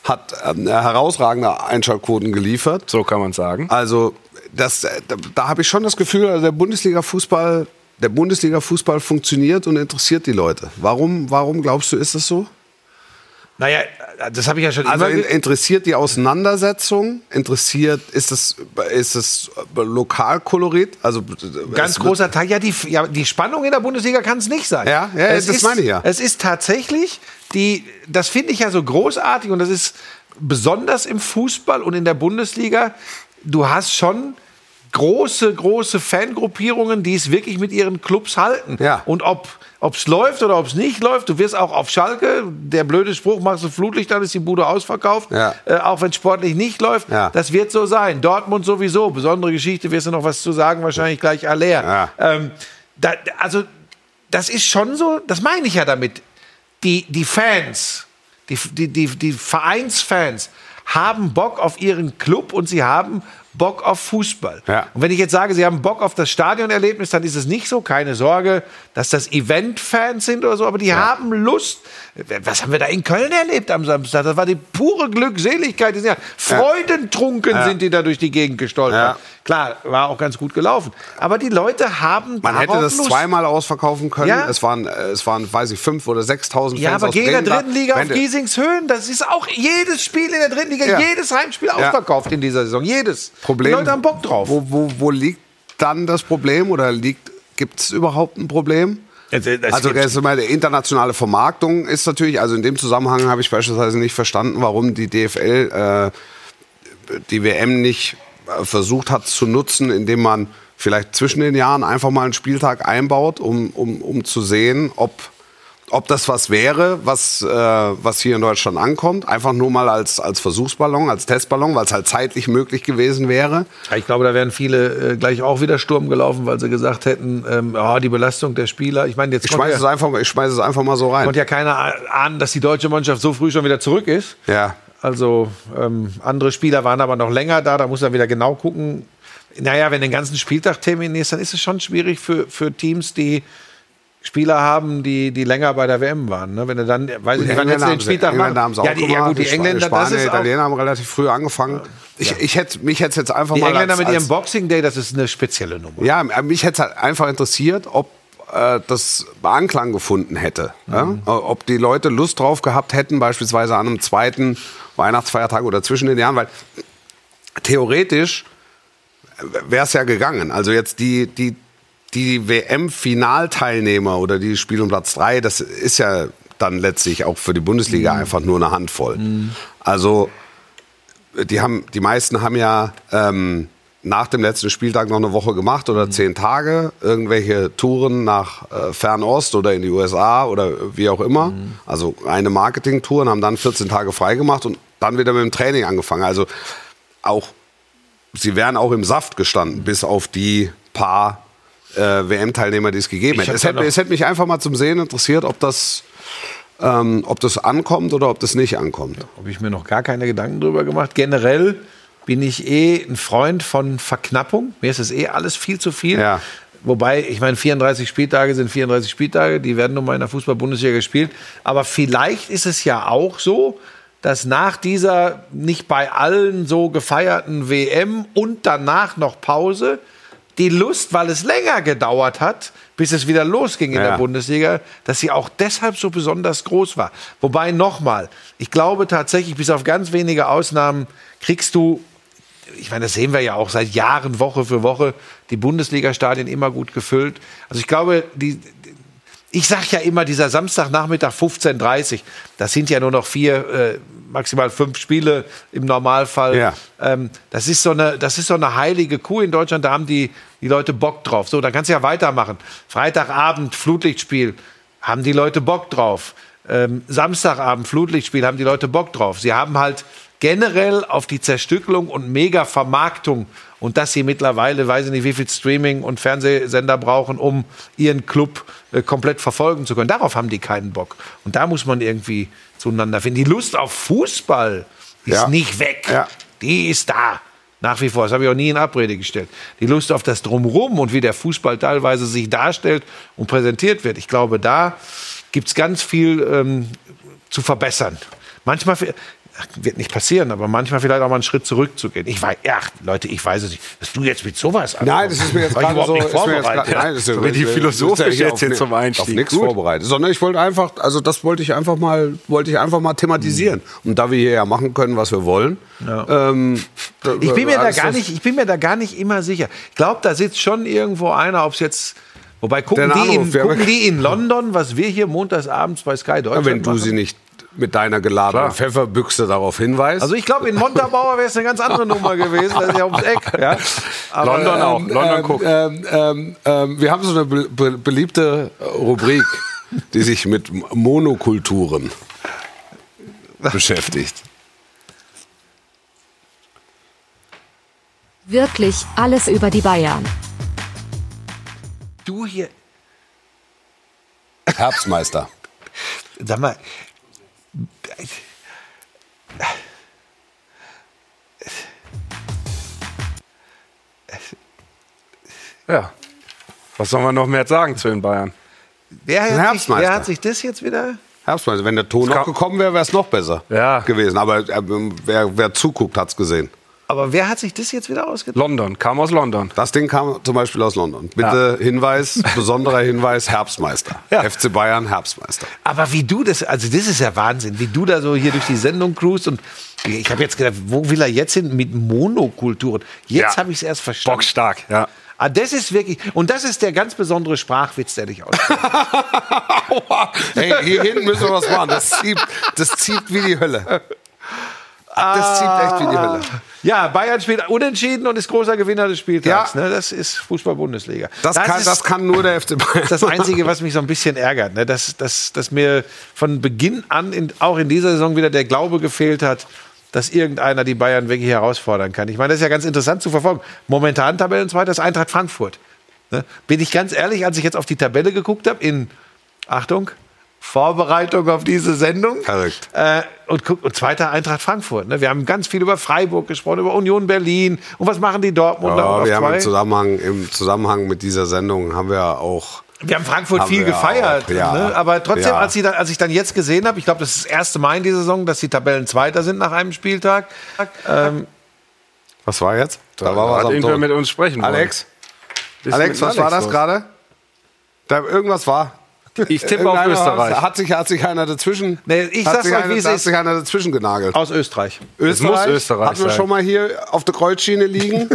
Speaker 1: hat ähm, herausragende Einschaltquoten geliefert.
Speaker 3: So kann man sagen.
Speaker 1: Also das, äh, da, da habe ich schon das Gefühl, also der Bundesliga-Fußball der Bundesliga-Fußball funktioniert und interessiert die Leute. Warum, warum glaubst du, ist das so?
Speaker 2: Naja, das habe ich ja schon
Speaker 1: Also
Speaker 2: immer
Speaker 1: in,
Speaker 2: ge-
Speaker 1: interessiert die Auseinandersetzung? Interessiert, ist es, ist es Lokalkolorit? Also
Speaker 2: Ganz
Speaker 1: es wird-
Speaker 2: großer Teil. Ja, die, ja, die Spannung in der Bundesliga kann es nicht sein.
Speaker 1: Ja, ja,
Speaker 2: es
Speaker 1: das
Speaker 2: ist,
Speaker 1: meine ich ja.
Speaker 2: Es ist tatsächlich, die, das finde ich ja so großartig und das ist besonders im Fußball und in der Bundesliga. Du hast schon große, große Fangruppierungen, die es wirklich mit ihren Clubs halten.
Speaker 1: Ja.
Speaker 2: Und ob es läuft oder ob es nicht läuft, du wirst auch auf Schalke, der blöde Spruch, machst du Flutlicht, dann ist die Bude ausverkauft,
Speaker 1: Ja.
Speaker 2: äh, auch wenn sportlich nicht läuft.
Speaker 1: Ja.
Speaker 2: Das wird so sein. Dortmund sowieso, besondere Geschichte, wirst du noch was zu sagen, wahrscheinlich gleich Aller.
Speaker 1: Ja.
Speaker 2: Ähm, da, also, das ist schon so, das meine ich ja damit. Die, die Fans, die, die, die, die Vereinsfans haben Bock auf ihren Club und sie haben Bock auf Fußball.
Speaker 1: Ja.
Speaker 2: Und wenn ich jetzt sage, sie haben Bock auf das Stadionerlebnis, dann ist es nicht so. Keine Sorge, dass das Event-Fans sind oder so, aber die haben Lust. Was haben wir da in Köln erlebt am Samstag? Das war die pure Glückseligkeit. Die sind ja freudentrunken sind die da durch die Gegend gestolpert.
Speaker 1: Ja.
Speaker 2: Klar, war auch ganz gut gelaufen. Aber die Leute haben
Speaker 1: Man hätte
Speaker 2: darauf
Speaker 1: das
Speaker 2: Lust.
Speaker 1: zweimal ausverkaufen können.
Speaker 2: Ja.
Speaker 1: Es waren, äh, es waren, weiß ich, fünf oder 6.000 Fans
Speaker 2: Ja, aber
Speaker 1: aus
Speaker 2: gegen der
Speaker 1: Bremen da.
Speaker 2: dritten Liga
Speaker 1: Wenn
Speaker 2: auf
Speaker 1: du-
Speaker 2: Giesings Höhen, das ist auch jedes Spiel in der dritten Liga,
Speaker 1: Ja.
Speaker 2: jedes Heimspiel
Speaker 1: Ja.
Speaker 2: ausverkauft in dieser Saison. Jedes.
Speaker 1: Problem,
Speaker 2: Die Leute haben Bock drauf.
Speaker 1: Wo, wo, wo liegt dann das Problem oder liegt, gibt es überhaupt ein Problem? Also das ist mal die internationale Vermarktung ist natürlich, also in dem Zusammenhang habe ich beispielsweise nicht verstanden, warum die DFL äh, die WM nicht äh, versucht hat zu nutzen, indem man vielleicht zwischen den Jahren einfach mal einen Spieltag einbaut, um, um, um zu sehen, ob, ob das was wäre, was, äh, was hier in Deutschland ankommt. Einfach nur mal als, als Versuchsballon, als Testballon, weil es halt zeitlich möglich gewesen wäre.
Speaker 2: Ich glaube, da wären viele äh, gleich auch wieder Sturm gelaufen, weil sie gesagt hätten, ähm, ah, die Belastung der Spieler. Ich meine, jetzt
Speaker 1: Ich schmeiße es,
Speaker 2: ja,
Speaker 1: einfach- ich schmeiß es einfach mal so rein.
Speaker 2: konnte ja keiner ahnen, dass die deutsche Mannschaft so früh schon wieder zurück ist.
Speaker 1: Ja.
Speaker 2: Also ähm, andere Spieler waren aber noch länger da, da muss man wieder genau gucken. Naja, wenn du den ganzen Spieltag Termin ist, dann ist es schon schwierig für, für Teams, die Spieler haben, die, die länger bei der WM waren. Ne? Wenn du dann, weiß ich
Speaker 1: Also Die
Speaker 2: nicht, wann
Speaker 1: Engländer
Speaker 2: hättest du den
Speaker 1: haben sie-
Speaker 2: Spieltag
Speaker 1: Engländer haben
Speaker 2: machen?
Speaker 1: sie auch
Speaker 2: Ja, die, ja,
Speaker 1: gemacht,
Speaker 2: gut, die Engländer,
Speaker 1: Spanier,
Speaker 2: das ist auch,
Speaker 1: Italiener haben relativ früh angefangen. Ich, ich hätte, mich hätte jetzt einfach
Speaker 2: die
Speaker 1: mal
Speaker 2: Engländer
Speaker 1: als,
Speaker 2: mit
Speaker 1: als,
Speaker 2: ihrem Boxing Day, das ist eine spezielle Nummer.
Speaker 1: Ja, mich hätte halt einfach interessiert, ob äh, das Anklang gefunden hätte. Ja? Ob die Leute Lust drauf gehabt hätten, beispielsweise an einem zweiten Weihnachtsfeiertag oder zwischen den Jahren, weil theoretisch wäre es ja gegangen. Also jetzt die, die, die WM-Finalteilnehmer oder die Spiel um Platz 3, das ist ja dann letztlich auch für die Bundesliga einfach nur eine Handvoll. Also die haben, die meisten haben ja ähm, nach dem letzten Spieltag noch eine Woche gemacht
Speaker 2: Mhm.
Speaker 1: oder zehn Tage, irgendwelche Touren nach äh, Fernost oder in die USA oder wie auch immer.
Speaker 2: Mhm.
Speaker 1: Also eine Marketingtour und haben dann 14 Tage frei gemacht und dann wieder mit dem Training angefangen. Also auch, sie wären auch im Saft gestanden, bis auf die paar äh, WM-Teilnehmer, die es gegeben
Speaker 2: Ich
Speaker 1: hätte.
Speaker 2: hab
Speaker 1: Es,
Speaker 2: da
Speaker 1: hätte
Speaker 2: noch-
Speaker 1: es hätte mich einfach mal zum Sehen interessiert, ob das, ähm, ob das ankommt oder ob das nicht ankommt.
Speaker 2: Habe ich mir noch gar keine Gedanken drüber gemacht. Generell bin ich eh ein Freund von Verknappung. Mir ist es eh alles viel zu viel.
Speaker 1: Ja.
Speaker 2: Wobei, ich meine, 34 Spieltage sind 34 Spieltage, die werden nun mal in der Fußball-Bundesliga gespielt. Aber vielleicht ist es ja auch so, dass nach dieser nicht bei allen so gefeierten WM und danach noch Pause die Lust, weil es länger gedauert hat, bis es wieder losging in
Speaker 1: Ja.
Speaker 2: der Bundesliga, dass sie auch deshalb so besonders groß war. Wobei nochmal, ich glaube tatsächlich, bis auf ganz wenige Ausnahmen kriegst du, ich meine, das sehen wir ja auch seit Jahren, Woche für Woche, die Bundesliga-Stadien immer gut gefüllt. Also ich glaube, die, ich sag ja immer, dieser Samstagnachmittag 15.30 Uhr, das sind ja nur noch vier, äh, maximal fünf Spiele im Normalfall.
Speaker 1: Ja.
Speaker 2: Ähm, das, ist so eine, das ist so eine heilige Kuh in Deutschland, da haben die, die Leute Bock drauf. So, dann kannst du ja weitermachen. Freitagabend Flutlichtspiel, haben die Leute Bock drauf. Ähm, Samstagabend Flutlichtspiel, haben die Leute Bock drauf. Sie haben halt generell auf die Zerstückelung und Mega-Vermarktung und dass sie mittlerweile, weiß ich nicht, wie viel Streaming und Fernsehsender brauchen, um ihren Club äh, komplett verfolgen zu können. Darauf haben die keinen Bock. Und da muss man irgendwie zueinander finden. Die Lust auf Fußball ist
Speaker 1: Ja.
Speaker 2: nicht weg.
Speaker 1: Ja.
Speaker 2: Die ist da. Nach wie vor. Das habe ich auch nie in Abrede gestellt. Die Lust auf das Drumherum und wie der Fußball teilweise sich darstellt und präsentiert wird. Ich glaube, da gibt es ganz viel ähm, zu verbessern. Manchmal vi- ach, wird nicht passieren, aber manchmal vielleicht auch mal einen Schritt zurückzugehen. Ich weiß, ach, Leute, ich weiß es nicht. Dass du jetzt mit sowas
Speaker 1: Nein, das ist mir jetzt
Speaker 2: War ich
Speaker 1: gerade so.
Speaker 2: überhaupt
Speaker 1: Ist
Speaker 2: nicht
Speaker 1: mir jetzt
Speaker 2: vorbereitet.
Speaker 1: grad, nein, das ist, äh,
Speaker 3: So, wenn die
Speaker 1: das ist
Speaker 3: philosophisch
Speaker 1: ja hier
Speaker 3: jetzt
Speaker 1: auf
Speaker 3: hier
Speaker 1: ni-
Speaker 3: zum Einstieg.
Speaker 1: Auf nichts
Speaker 3: Gut.
Speaker 1: vorbereitet, sondern ich wollte einfach, also das wollte ich einfach mal, wollte ich einfach mal thematisieren. Und da wir hier ja machen können, was wir wollen. ähm,
Speaker 2: Ich bin, mir da
Speaker 1: alles
Speaker 2: gar
Speaker 1: das-
Speaker 2: nicht, ich bin mir da gar nicht immer sicher. Ich glaube, da sitzt schon irgendwo einer, ob es jetzt. Wobei gucken,
Speaker 1: Der
Speaker 2: die in,
Speaker 1: Anruf, ja.
Speaker 2: gucken die in London, was wir hier montagsabends bei Sky Deutschland
Speaker 1: Wenn du
Speaker 2: machen?
Speaker 1: sie nicht mit deiner geladenen Pfefferbüchse darauf hinweist.
Speaker 2: Also ich glaube, in Montabaur wäre es eine ganz andere Nummer gewesen, das ist ja ums Eck. Ja? Aber, ähm,
Speaker 3: London auch. London guckt.
Speaker 1: ähm, ähm, ähm, wir haben so eine be be beliebte Rubrik, die sich mit Monokulturen beschäftigt.
Speaker 4: Wirklich alles über die Bayern.
Speaker 2: Du hier,
Speaker 1: Herbstmeister.
Speaker 2: sag mal.
Speaker 3: Ja. Was soll man noch mehr sagen zu den Bayern?
Speaker 2: Wer
Speaker 1: Ein
Speaker 2: hat, sich, wer
Speaker 1: Herbstmeister.
Speaker 2: hat sich das jetzt wieder?
Speaker 1: Herbstmeister. Wenn der Ton
Speaker 3: Es
Speaker 1: noch
Speaker 3: gab-
Speaker 1: gekommen wäre, wäre es noch besser
Speaker 3: Ja.
Speaker 1: gewesen. Aber ähm, wer, wer zuguckt, hat es gesehen.
Speaker 2: Aber wer hat sich das jetzt wieder ausgedacht?
Speaker 3: London, kam aus London.
Speaker 1: Das Ding kam zum Beispiel aus London. Bitte Hinweis, besonderer Hinweis, Herbstmeister.
Speaker 3: Ja.
Speaker 1: FC Bayern, Herbstmeister.
Speaker 2: Aber wie du das, also das ist ja Wahnsinn, wie du da so hier durch die Sendung cruist und ich habe jetzt gedacht, wo will er jetzt hin mit Monokulturen? Jetzt
Speaker 3: Ja.
Speaker 2: habe ich es erst verstanden.
Speaker 3: Bockstark, ja.
Speaker 2: Ah, das ist wirklich, und das ist der ganz besondere Sprachwitz, der dich aus.
Speaker 1: Aua. Hey, hier hinten müssen wir was machen. Das zieht, das zieht wie die Hölle. Das zieht echt wie die Hölle.
Speaker 2: Ja, Bayern spielt unentschieden und ist großer Gewinner des Spieltags.
Speaker 1: Ja.
Speaker 2: Ne? Das ist Fußball-Bundesliga.
Speaker 1: Das, kann,
Speaker 2: ist
Speaker 1: das kann nur der FC Bayern.
Speaker 2: das Einzige, was mich so ein bisschen ärgert. Ne? Dass, dass, dass mir von Beginn an, in, auch in dieser Saison, wieder der Glaube gefehlt hat, dass irgendeiner die Bayern wirklich herausfordern kann. Ich meine, das ist ja ganz interessant zu verfolgen. Momentan Tabellenzweiter ist Eintracht Frankfurt. Ne? Bin ich ganz ehrlich, als ich jetzt auf die Tabelle geguckt habe, in, Achtung, Vorbereitung auf diese Sendung.
Speaker 1: Verrückt.
Speaker 2: Äh, und, guck- und zweiter Eintracht Frankfurt. Ne? Wir haben ganz viel über Freiburg gesprochen, über Union Berlin. Und was machen die Dortmunder? Und
Speaker 1: Ja,
Speaker 2: auf
Speaker 1: wir haben
Speaker 2: zwei-
Speaker 1: im Zusammenhang, im Zusammenhang mit dieser Sendung haben wir auch.
Speaker 2: Wir haben Frankfurt
Speaker 1: Haben
Speaker 2: viel
Speaker 1: wir
Speaker 2: gefeiert,
Speaker 1: auch, ja.
Speaker 2: ne? aber trotzdem,
Speaker 1: Ja.
Speaker 2: als, ich dann, als ich dann jetzt gesehen habe, ich glaube, das ist das erste Mal in dieser Saison, dass die Tabellen Zweiter sind nach einem Spieltag. Ähm,
Speaker 1: Was war jetzt? Da war
Speaker 3: Hat
Speaker 1: was am
Speaker 3: irgendwer
Speaker 1: Ton.
Speaker 3: mit uns sprechen wollen.
Speaker 1: Alex?
Speaker 3: Ist
Speaker 1: Alex,
Speaker 3: mit
Speaker 1: was war das
Speaker 3: los?
Speaker 1: gerade? Da irgendwas war.
Speaker 3: Ich tippe auf
Speaker 1: Irgendeiner
Speaker 3: Österreich.
Speaker 1: Hat sich, hat sich einer dazwischen.
Speaker 2: Nee, ich
Speaker 1: hat
Speaker 2: sag's
Speaker 1: sich
Speaker 2: euch,
Speaker 1: einer,
Speaker 2: wie es
Speaker 1: hat
Speaker 2: ist.
Speaker 1: sich einer dazwischen genagelt.
Speaker 2: aus Österreich.
Speaker 3: Es muss Österreich
Speaker 1: Hatten wir
Speaker 3: sein.
Speaker 1: schon mal hier auf der Kreuzschiene liegen.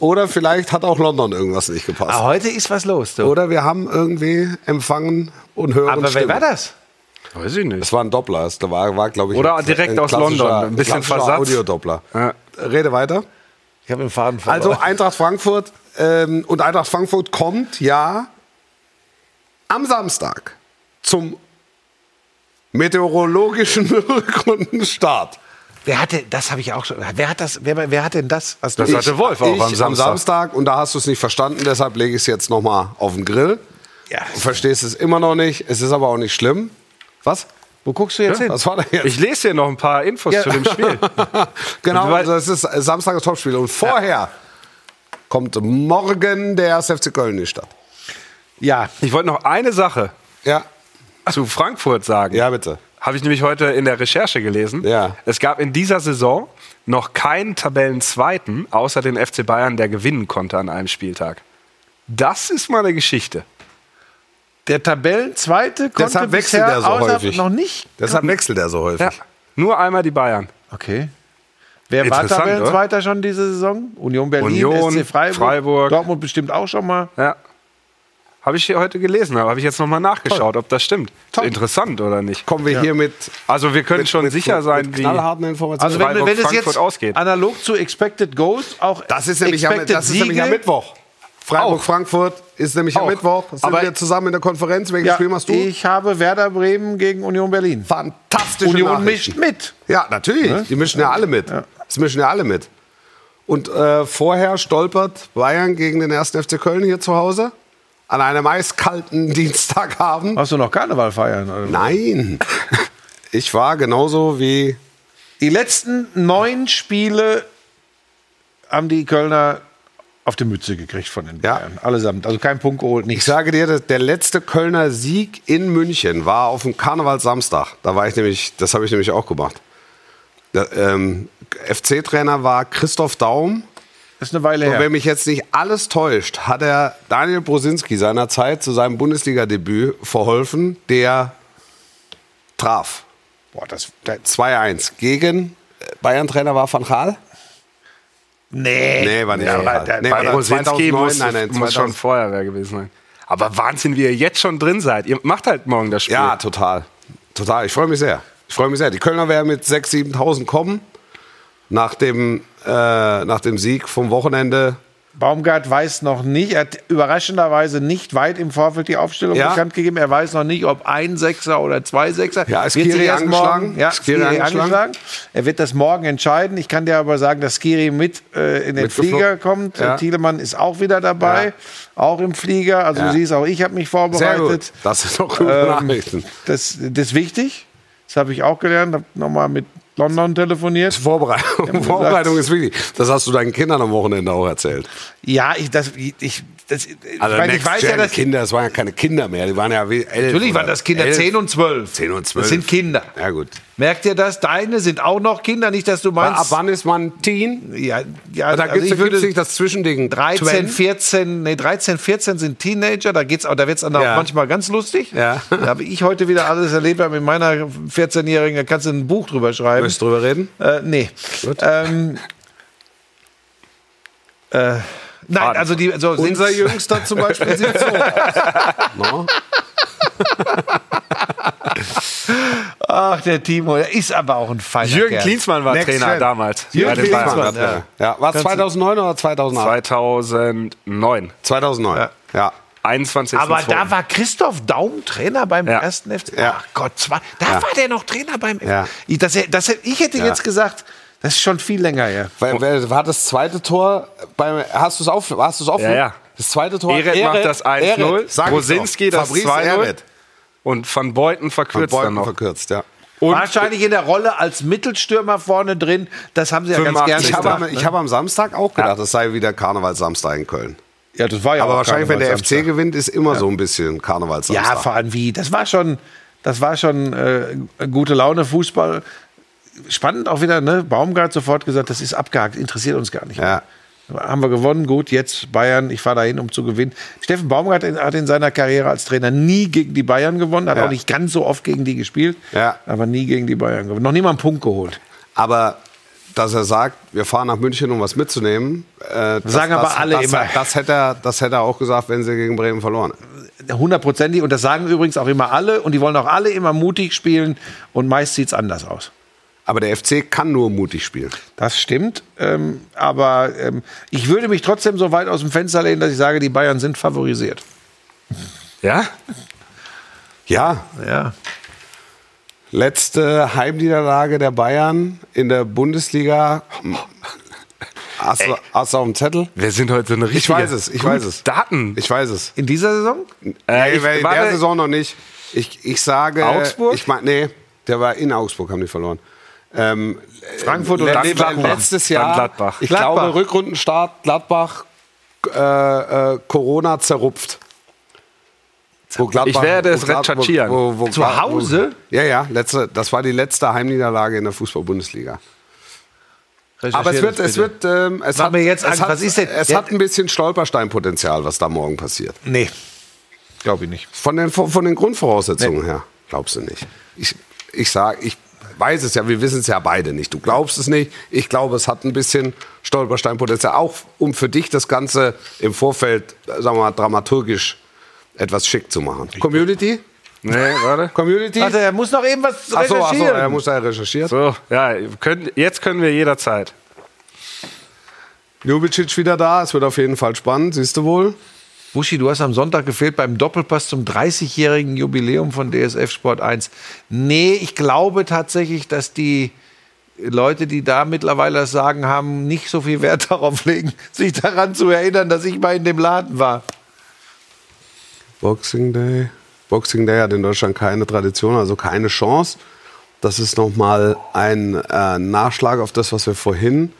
Speaker 1: Oder vielleicht hat auch London irgendwas nicht gepasst.
Speaker 2: Aber Ah, heute ist was los, du.
Speaker 1: Oder wir haben irgendwie empfangen und hören
Speaker 2: aber wer
Speaker 1: Stimmen.
Speaker 2: war das?
Speaker 3: Weiß ich nicht.
Speaker 1: Das war ein Doppler. Das war, war glaube ich,
Speaker 3: Oder
Speaker 1: ein-
Speaker 3: direkt
Speaker 1: ein
Speaker 3: aus
Speaker 1: klassischer-
Speaker 3: London. Ein bisschen
Speaker 1: klassischer
Speaker 3: Versatz.
Speaker 1: Audiodoppler.
Speaker 3: Ja.
Speaker 1: Rede weiter.
Speaker 2: Ich habe den Faden
Speaker 1: Also
Speaker 2: verloren.
Speaker 1: Eintracht Frankfurt ähm, und Eintracht Frankfurt kommt ja am Samstag zum meteorologischen Rückrundenstart.
Speaker 2: wer hatte, das habe ich auch schon. Wer hat das? Wer, wer hat denn das? Hast du
Speaker 3: Das hatte Wolf auch
Speaker 1: ich
Speaker 3: am Samstag.
Speaker 1: und da hast du es nicht verstanden, deshalb lege ich es jetzt nochmal auf den Grill.
Speaker 2: ja.
Speaker 1: Du verstehst es immer noch nicht, es ist aber auch nicht schlimm. Was?
Speaker 2: Wo guckst du jetzt hin?
Speaker 1: Was war da jetzt?
Speaker 3: Ich lese hier noch ein paar Infos
Speaker 2: Ja.
Speaker 3: zu dem Spiel.
Speaker 1: genau,
Speaker 3: Weil-
Speaker 1: also es ist Samstag das Topspiel und vorher kommt morgen der 1. FC Köln in die Stadt.
Speaker 2: Ja,
Speaker 3: Ich wollte noch eine Sache
Speaker 1: Ja,
Speaker 3: zu Frankfurt sagen.
Speaker 1: ja bitte.
Speaker 3: Habe ich nämlich heute in der Recherche gelesen.
Speaker 1: Ja.
Speaker 3: Es gab in dieser Saison noch keinen Tabellenzweiten, außer den FC Bayern, der gewinnen konnte an einem Spieltag. Das ist mal eine Geschichte.
Speaker 2: der Tabellenzweite konnte
Speaker 1: Deshalb wechselt
Speaker 2: bisher
Speaker 1: er so
Speaker 2: außer-
Speaker 1: häufig.
Speaker 2: noch nicht.
Speaker 1: Deshalb wechselt er so häufig.
Speaker 3: Ja. Nur einmal die Bayern.
Speaker 2: Okay. Wer war
Speaker 3: Interessant,
Speaker 2: Tabellenzweiter schon diese Saison? Union Berlin,
Speaker 3: Union,
Speaker 2: SC Freiburg,
Speaker 3: Freiburg.
Speaker 2: Dortmund bestimmt auch schon mal.
Speaker 3: Ja. Habe ich hier heute gelesen, aber habe ich jetzt nochmal nachgeschaut, ob das stimmt. Interessant oder nicht.
Speaker 1: Kommen wir hier mit,
Speaker 3: Also wir können schon sicher sein,
Speaker 1: mit
Speaker 3: wie
Speaker 1: knallharten Informationen.
Speaker 2: Also wenn,
Speaker 3: Freiburg,
Speaker 2: wenn es
Speaker 3: Frankfurt
Speaker 2: jetzt
Speaker 3: ausgeht.
Speaker 2: analog zu Expected Goals auch
Speaker 1: das ist nämlich, am,
Speaker 2: Expected
Speaker 1: das ist nämlich am
Speaker 2: Siege-
Speaker 1: Mittwoch. Freiburg,
Speaker 3: Auch.
Speaker 1: Frankfurt ist nämlich am
Speaker 3: Auch.
Speaker 1: Mittwoch. Sind
Speaker 3: Aber-
Speaker 1: wir zusammen in der Konferenz? Welches
Speaker 2: Ja,
Speaker 1: Spiel machst du?
Speaker 2: Ich habe Werder Bremen gegen Union Berlin.
Speaker 1: Fantastische
Speaker 2: Union
Speaker 1: Nachrichten.
Speaker 2: mischt mit.
Speaker 1: Ja, natürlich. Ne? Die mischen ja alle mit. Das mischen ja alle mit. Und äh, vorher stolpert Bayern gegen den 1. FC Köln hier zu Hause an einem eiskalten Dienstagabend.
Speaker 2: Hast du noch Karneval feiern? oder?
Speaker 1: Nein. Ich war genauso wie
Speaker 2: Die letzten neun Spiele haben die Kölner auf die Mütze gekriegt von den
Speaker 1: Ja.
Speaker 2: Bayern. Allesamt. Also kein Punkt geholt,
Speaker 1: Ich
Speaker 2: nichts.
Speaker 1: sage dir, dass der letzte Kölner Sieg in München war auf dem Karnevalsamstag. Da war ich nämlich, das habe ich nämlich auch gemacht. Da, ähm, FC-Trainer war Christoph Daum.
Speaker 2: Das ist eine Weile
Speaker 1: Und
Speaker 2: her.
Speaker 1: wenn mich jetzt nicht alles täuscht, hat er Daniel Brosinski seinerzeit zu seinem Bundesliga-Debüt verholfen, der traf.
Speaker 2: Boah, das,
Speaker 1: 2-1 gegen äh, Bayern-Trainer war Van Gaal?
Speaker 2: nee.
Speaker 1: Nee, war nicht
Speaker 3: Ja,
Speaker 1: Van
Speaker 3: aber
Speaker 1: Gaal.
Speaker 3: der,
Speaker 1: Nee, war
Speaker 3: bei
Speaker 1: dann
Speaker 3: Rosinski
Speaker 1: 2009,
Speaker 3: muss,
Speaker 1: nein, nein,
Speaker 3: muss schon
Speaker 1: 2000.
Speaker 3: vorher wer gewesen sein. Aber Wahnsinn, wie ihr jetzt schon drin seid. Ihr macht halt morgen das Spiel.
Speaker 1: Ja, total. Total. Ich freue mich sehr. Ich freue mich sehr. Die Kölner werden mit 6.000, 7.000 kommen. Nach dem, äh, nach dem Sieg vom Wochenende.
Speaker 2: Baumgart weiß noch nicht, er hat überraschenderweise nicht weit im Vorfeld die Aufstellung
Speaker 1: Ja.
Speaker 2: bekannt gegeben. Er weiß noch nicht, ob ein Sechser oder zwei Sechser.
Speaker 1: Ja, ist
Speaker 2: Wird sich
Speaker 1: Skiri
Speaker 2: erst
Speaker 1: angeschlagen?
Speaker 2: Morgen, ja,
Speaker 1: Ist Skiri
Speaker 2: Skiri
Speaker 1: angeschlagen?
Speaker 2: angeschlagen. Er wird das morgen entscheiden. Ich kann dir aber sagen, dass Skiri mit äh, in den
Speaker 1: Mitgeflogen.
Speaker 2: Flieger kommt.
Speaker 1: Ja.
Speaker 2: Thielemann ist auch wieder dabei,
Speaker 1: Ja.
Speaker 2: auch im Flieger. Also
Speaker 1: Ja.
Speaker 2: du siehst, auch ich habe mich
Speaker 1: Sehr
Speaker 2: vorbereitet.
Speaker 1: gut. Das sind doch gute
Speaker 2: Ähm,
Speaker 1: Nachrichten.
Speaker 2: das, das ist wichtig. Das habe ich auch gelernt. Habe nochmal mit London telefoniert.
Speaker 1: Vorbereitung,
Speaker 2: gesagt-
Speaker 1: Vorbereitung ist wichtig. Das hast du deinen Kindern am Wochenende auch erzählt.
Speaker 2: Ja, ich, das, ich, das,
Speaker 1: Also
Speaker 2: ich, meine, ich
Speaker 1: Next
Speaker 2: weiß
Speaker 1: Gen
Speaker 2: ja, dass
Speaker 1: Kinder, das waren ja keine Kinder mehr, die waren ja wie elf
Speaker 2: Natürlich
Speaker 1: oder
Speaker 2: waren das Kinder
Speaker 1: elf,
Speaker 2: 10 und 12.
Speaker 1: 10 und 12.
Speaker 2: Das sind Kinder.
Speaker 1: Ja gut.
Speaker 2: Merkt ihr das? Deine sind auch noch Kinder, nicht, dass du meinst.
Speaker 1: Ab wann ist man Teen?
Speaker 2: ja, ja,
Speaker 1: Da
Speaker 2: also
Speaker 1: gibt
Speaker 2: ich
Speaker 1: es
Speaker 2: würde
Speaker 1: nicht das Zwischending.
Speaker 2: 13,
Speaker 1: 12?
Speaker 2: 14, nee, 13, 14 sind Teenager, da geht's auch, da wird's dann
Speaker 1: Ja.
Speaker 2: auch manchmal ganz lustig.
Speaker 1: Ja.
Speaker 2: Da habe ich heute wieder alles erlebt, aber mit meiner 14-Jährigen, da kannst du ein Buch drüber schreiben.
Speaker 1: Möchtest du drüber reden?
Speaker 2: Äh, nee. Ähm, äh, nein, also die, so sind-
Speaker 1: Unser Jüngster zum Beispiel sieht so aus. No?
Speaker 2: Ach, der Timo, der ist aber auch ein feiner
Speaker 3: Jürgen
Speaker 2: Kerl.
Speaker 3: Klinsmann war
Speaker 1: Next
Speaker 3: Trainer
Speaker 1: Fan.
Speaker 3: damals.
Speaker 1: Jürgen
Speaker 3: bei den Bayern.
Speaker 1: Klinsmann.
Speaker 2: ja.
Speaker 1: Ja. Ja. War es 2009 oder 2008?
Speaker 3: 2009.
Speaker 1: 2009. Ja. ja.
Speaker 3: 21.
Speaker 2: Aber da war Christoph Daum Trainer beim
Speaker 3: Ja.
Speaker 2: ersten FC.
Speaker 1: Ja.
Speaker 2: Ach Gott, zwei, da
Speaker 1: Ja.
Speaker 2: war der noch Trainer beim
Speaker 1: Ja.
Speaker 2: FC. Das, das, ich hätte
Speaker 1: Ja.
Speaker 2: jetzt gesagt, das ist schon viel länger her.
Speaker 3: Oh.
Speaker 1: Wer, wer war das zweite Tor? Beim, hast du es auf? Hast du es offen?
Speaker 3: Ja, ja.
Speaker 1: Das zweite Tor.
Speaker 3: Ehret macht das 1-0,
Speaker 1: Ehret, sag ich's
Speaker 3: Rosinski
Speaker 1: doch.
Speaker 3: das
Speaker 1: Fabrice
Speaker 3: 2-0
Speaker 1: Ehret.
Speaker 3: und Van Beuten
Speaker 1: Und
Speaker 3: verkürzt dann
Speaker 1: Beuthen
Speaker 3: noch.
Speaker 1: verkürzt, ja.
Speaker 3: Und
Speaker 2: Wahrscheinlich in der Rolle als Mittelstürmer vorne drin. Das haben sie ja ganz
Speaker 3: 85.
Speaker 2: gerne
Speaker 1: Ich
Speaker 3: Ist
Speaker 1: habe,
Speaker 3: da,
Speaker 1: am, ich habe am Samstag auch gedacht, es sei wieder Karnevalssamstag in Köln.
Speaker 2: ja, das war ja
Speaker 1: Aber
Speaker 2: auch
Speaker 1: wahrscheinlich, wenn der FC
Speaker 2: Karnevalsamstag.
Speaker 1: gewinnt, ist immer so ein bisschen
Speaker 2: Ja,
Speaker 1: Karnevalssamstag.
Speaker 2: vor allem wie. Das war schon, das war schon äh, gute Laune, Fußball. Spannend auch wieder, ne? Baumgart sofort gesagt, das ist abgehakt, interessiert uns gar nicht.
Speaker 1: Ja.
Speaker 2: Haben wir gewonnen, gut, jetzt Bayern, ich fahre dahin, um zu gewinnen. Steffen Baumgart in- hat in seiner Karriere als Trainer nie gegen die Bayern gewonnen, hat
Speaker 1: Ja.
Speaker 2: auch nicht ganz so oft gegen die gespielt,
Speaker 1: Ja.
Speaker 2: aber nie gegen die Bayern gewonnen. Noch nie mal einen Punkt geholt.
Speaker 1: Aber dass er sagt, wir fahren nach München, um was mitzunehmen. äh, das,
Speaker 2: Sagen aber
Speaker 1: das,
Speaker 2: alle
Speaker 1: das,
Speaker 2: immer.
Speaker 1: Das hätte, er, das hätte er auch gesagt, wenn sie gegen Bremen verloren.
Speaker 2: Hundertprozentig, und das sagen übrigens auch immer alle, und die wollen auch alle immer mutig spielen, und meist sieht es anders aus.
Speaker 1: Aber der FC kann nur mutig spielen.
Speaker 2: Das stimmt, ähm, aber ähm, ich würde mich trotzdem so weit aus dem Fenster lehnen, dass ich sage, die Bayern sind favorisiert.
Speaker 3: ja,
Speaker 1: Ja,
Speaker 2: Ja.
Speaker 1: letzte Heimniederlage der Bayern in der Bundesliga. Hast du, hast du auf dem Zettel?
Speaker 3: wir sind heute so eine richtige
Speaker 1: Ich weiß es, ich weiß es.
Speaker 3: Daten.
Speaker 1: Ich weiß es.
Speaker 2: In dieser Saison?
Speaker 3: Äh,
Speaker 1: Ich, in der
Speaker 3: warte,
Speaker 1: Saison noch nicht. Ich, ich sage.
Speaker 3: Augsburg?
Speaker 1: Ich mein, nee, der war in Augsburg, haben die verloren. Ähm,
Speaker 2: Frankfurt
Speaker 1: le-
Speaker 2: oder
Speaker 1: le-
Speaker 2: Gladbach?
Speaker 1: letztes
Speaker 3: Dann
Speaker 1: Jahr.
Speaker 3: Gladbach.
Speaker 1: Ich
Speaker 2: Gladbach.
Speaker 1: glaube, Rückrundenstart, Gladbach, äh, äh, Corona zerrupft. Wo Gladbach-
Speaker 3: Ich werde es
Speaker 1: wo Glad- wo-
Speaker 3: recherchieren.
Speaker 1: wo- wo
Speaker 2: Zu
Speaker 1: Glad- wo-
Speaker 2: Hause?
Speaker 1: Ja, ja, letzte, das war die letzte Heimniederlage in der Fußball-Bundesliga. Aber es wird, es wird, ähm, es
Speaker 2: Mach
Speaker 1: hat,
Speaker 2: mir jetzt
Speaker 1: es
Speaker 2: Angst.
Speaker 1: hat,
Speaker 2: Was ist denn?
Speaker 1: es
Speaker 2: Der-
Speaker 1: hat ein bisschen Stolpersteinpotenzial, was da morgen passiert.
Speaker 2: Nee. Glaube ich nicht.
Speaker 1: Von den, von von den Grundvoraussetzungen her glaubst du nicht. Ich, ich sage, ich weiß es ja, wir wissen es ja beide nicht. Du glaubst es nicht. Ich glaube, es hat ein bisschen Stolpersteinpotenzial. Auch um für dich das Ganze im Vorfeld, äh, sagen wir mal, dramaturgisch etwas schick zu machen. Community?
Speaker 3: Nee, warte.
Speaker 1: Community?
Speaker 2: Warte, er muss noch eben was
Speaker 1: Ach so, ach
Speaker 2: recherchieren.
Speaker 1: so, er muss da recherchiert.
Speaker 3: So, ja, können, jetzt können wir jederzeit.
Speaker 1: Ljubicic wieder da, es wird auf jeden Fall spannend, siehst du wohl.
Speaker 2: Buschi, du hast am Sonntag gefehlt beim Doppelpass zum 30-jährigen Jubiläum von DSF Sport 1. Nee, ich glaube tatsächlich, dass die Leute, die da mittlerweile das Sagen haben, nicht so viel Wert darauf legen, sich daran zu erinnern, dass ich mal in dem Laden war.
Speaker 1: Boxing Day. Boxing Day hat in Deutschland keine Tradition, also keine Chance. Das ist nochmal ein äh, Nachschlag auf das, was wir vorhin.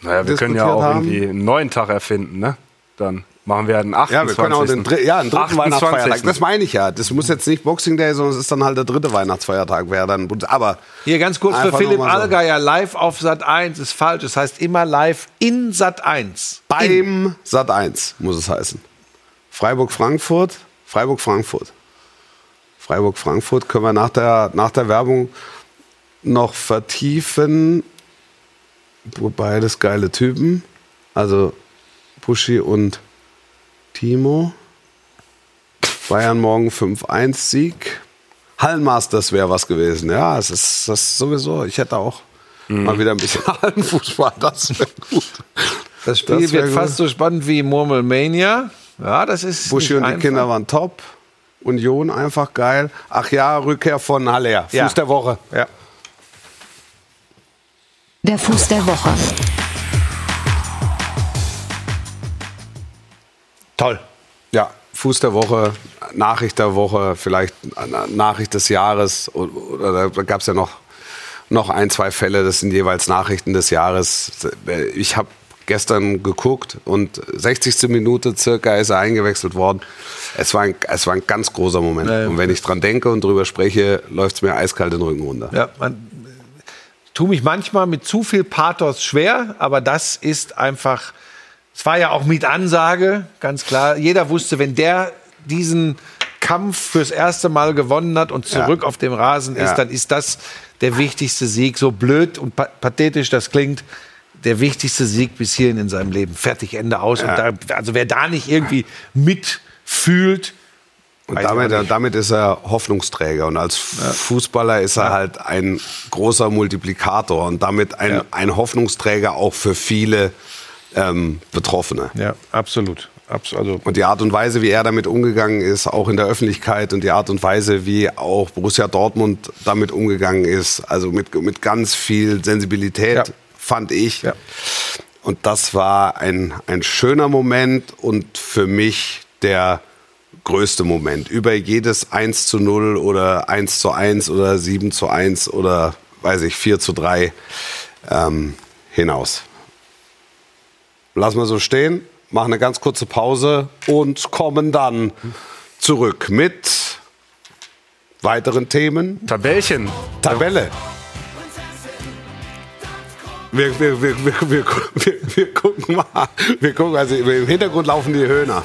Speaker 3: Naja, wir können
Speaker 1: Diskutiert
Speaker 3: ja auch
Speaker 1: haben.
Speaker 3: irgendwie einen neuen Tag erfinden, ne? Dann machen wir halt einen 28.
Speaker 1: Ja, wir können auch den, dri ja, den dritten Weihnachtsfeiertag. Das meine ich ja. Das muss jetzt nicht Boxing Day, sondern es ist dann halt der dritte Weihnachtsfeiertag. Wäre dann, aber
Speaker 2: Hier ganz kurz
Speaker 1: Einfach
Speaker 2: für Philipp
Speaker 1: nur mal so.
Speaker 2: Allgeier, live auf Sat 1 ist falsch. Es heißt immer live in Sat 1.
Speaker 1: beim Sat 1 muss es heißen. Freiburg Frankfurt, Freiburg Frankfurt. Freiburg Frankfurt können wir nach der, nach der Werbung noch vertiefen. Wobei das geile Typen. Also Buschi und Timo. Bayern morgen 5-1 Sieg. Hallenmasters wäre was gewesen. Ja, es ist das ist sowieso. Ich hätte auch
Speaker 2: Mhm.
Speaker 1: mal wieder ein bisschen Hallenfußball. Das wäre gut.
Speaker 2: Das Spiel
Speaker 1: Das wär
Speaker 2: wird
Speaker 1: gut.
Speaker 2: fast so spannend wie Murmelmania. Ja, das ist.
Speaker 1: Buschi
Speaker 2: nicht
Speaker 1: und die
Speaker 2: einfach.
Speaker 1: Kinder waren top. Union einfach geil. Ach ja, Rückkehr von Haller. Fuß
Speaker 2: Ja.
Speaker 1: der Woche.
Speaker 2: Ja.
Speaker 4: Der Fuß der Woche.
Speaker 2: Toll.
Speaker 1: Ja, Fuß der Woche, Nachricht der Woche, vielleicht eine Nachricht des Jahres. Oder da gab es ja noch, noch ein, zwei Fälle, das sind jeweils Nachrichten des Jahres. Ich habe gestern geguckt und 60. Minute circa ist er eingewechselt worden. Es war ein, es war ein ganz großer Moment.
Speaker 2: Ja, ja.
Speaker 1: Und wenn ich dran denke und drüber spreche, läuft es mir eiskalt den Rücken runter.
Speaker 2: Ja, man, ich tue mich manchmal mit zu viel Pathos schwer, aber das ist einfach. Es war ja auch mit Ansage, ganz klar. Jeder wusste, wenn der diesen Kampf fürs erste Mal gewonnen hat und zurück
Speaker 1: Ja.
Speaker 2: auf dem Rasen ist,
Speaker 1: Ja.
Speaker 2: dann ist das der wichtigste Sieg. So blöd und pa pathetisch das klingt, der wichtigste Sieg bis hierhin in seinem Leben. Fertig, Ende aus. Und da, also wer da nicht irgendwie mitfühlt,
Speaker 1: Und damit, damit ist er Hoffnungsträger und als Fußballer ist er halt ein großer Multiplikator und damit ein,
Speaker 2: Ja.
Speaker 1: ein Hoffnungsträger auch für viele ähm, Betroffene.
Speaker 2: Ja, absolut. Abs also,
Speaker 1: Und die Art und Weise, wie er damit umgegangen ist, auch in der Öffentlichkeit und die Art und Weise, wie auch Borussia Dortmund damit umgegangen ist, also mit, mit ganz viel Sensibilität,
Speaker 2: Ja.
Speaker 1: fand ich.
Speaker 2: Ja.
Speaker 1: Und das war ein, ein schöner Moment und für mich der größte Moment. Über jedes 1 zu 0 oder 1 zu 1 oder 7 zu 1 oder weiß ich, 4 zu 3 ähm, hinaus. Lassen wir so stehen, machen eine ganz kurze Pause und kommen dann zurück mit weiteren Themen.
Speaker 3: Tabellchen.
Speaker 1: Tabelle. Wir, wir, wir, wir, wir, wir, wir gucken mal. Wir gucken, also im Hintergrund laufen die Höhner.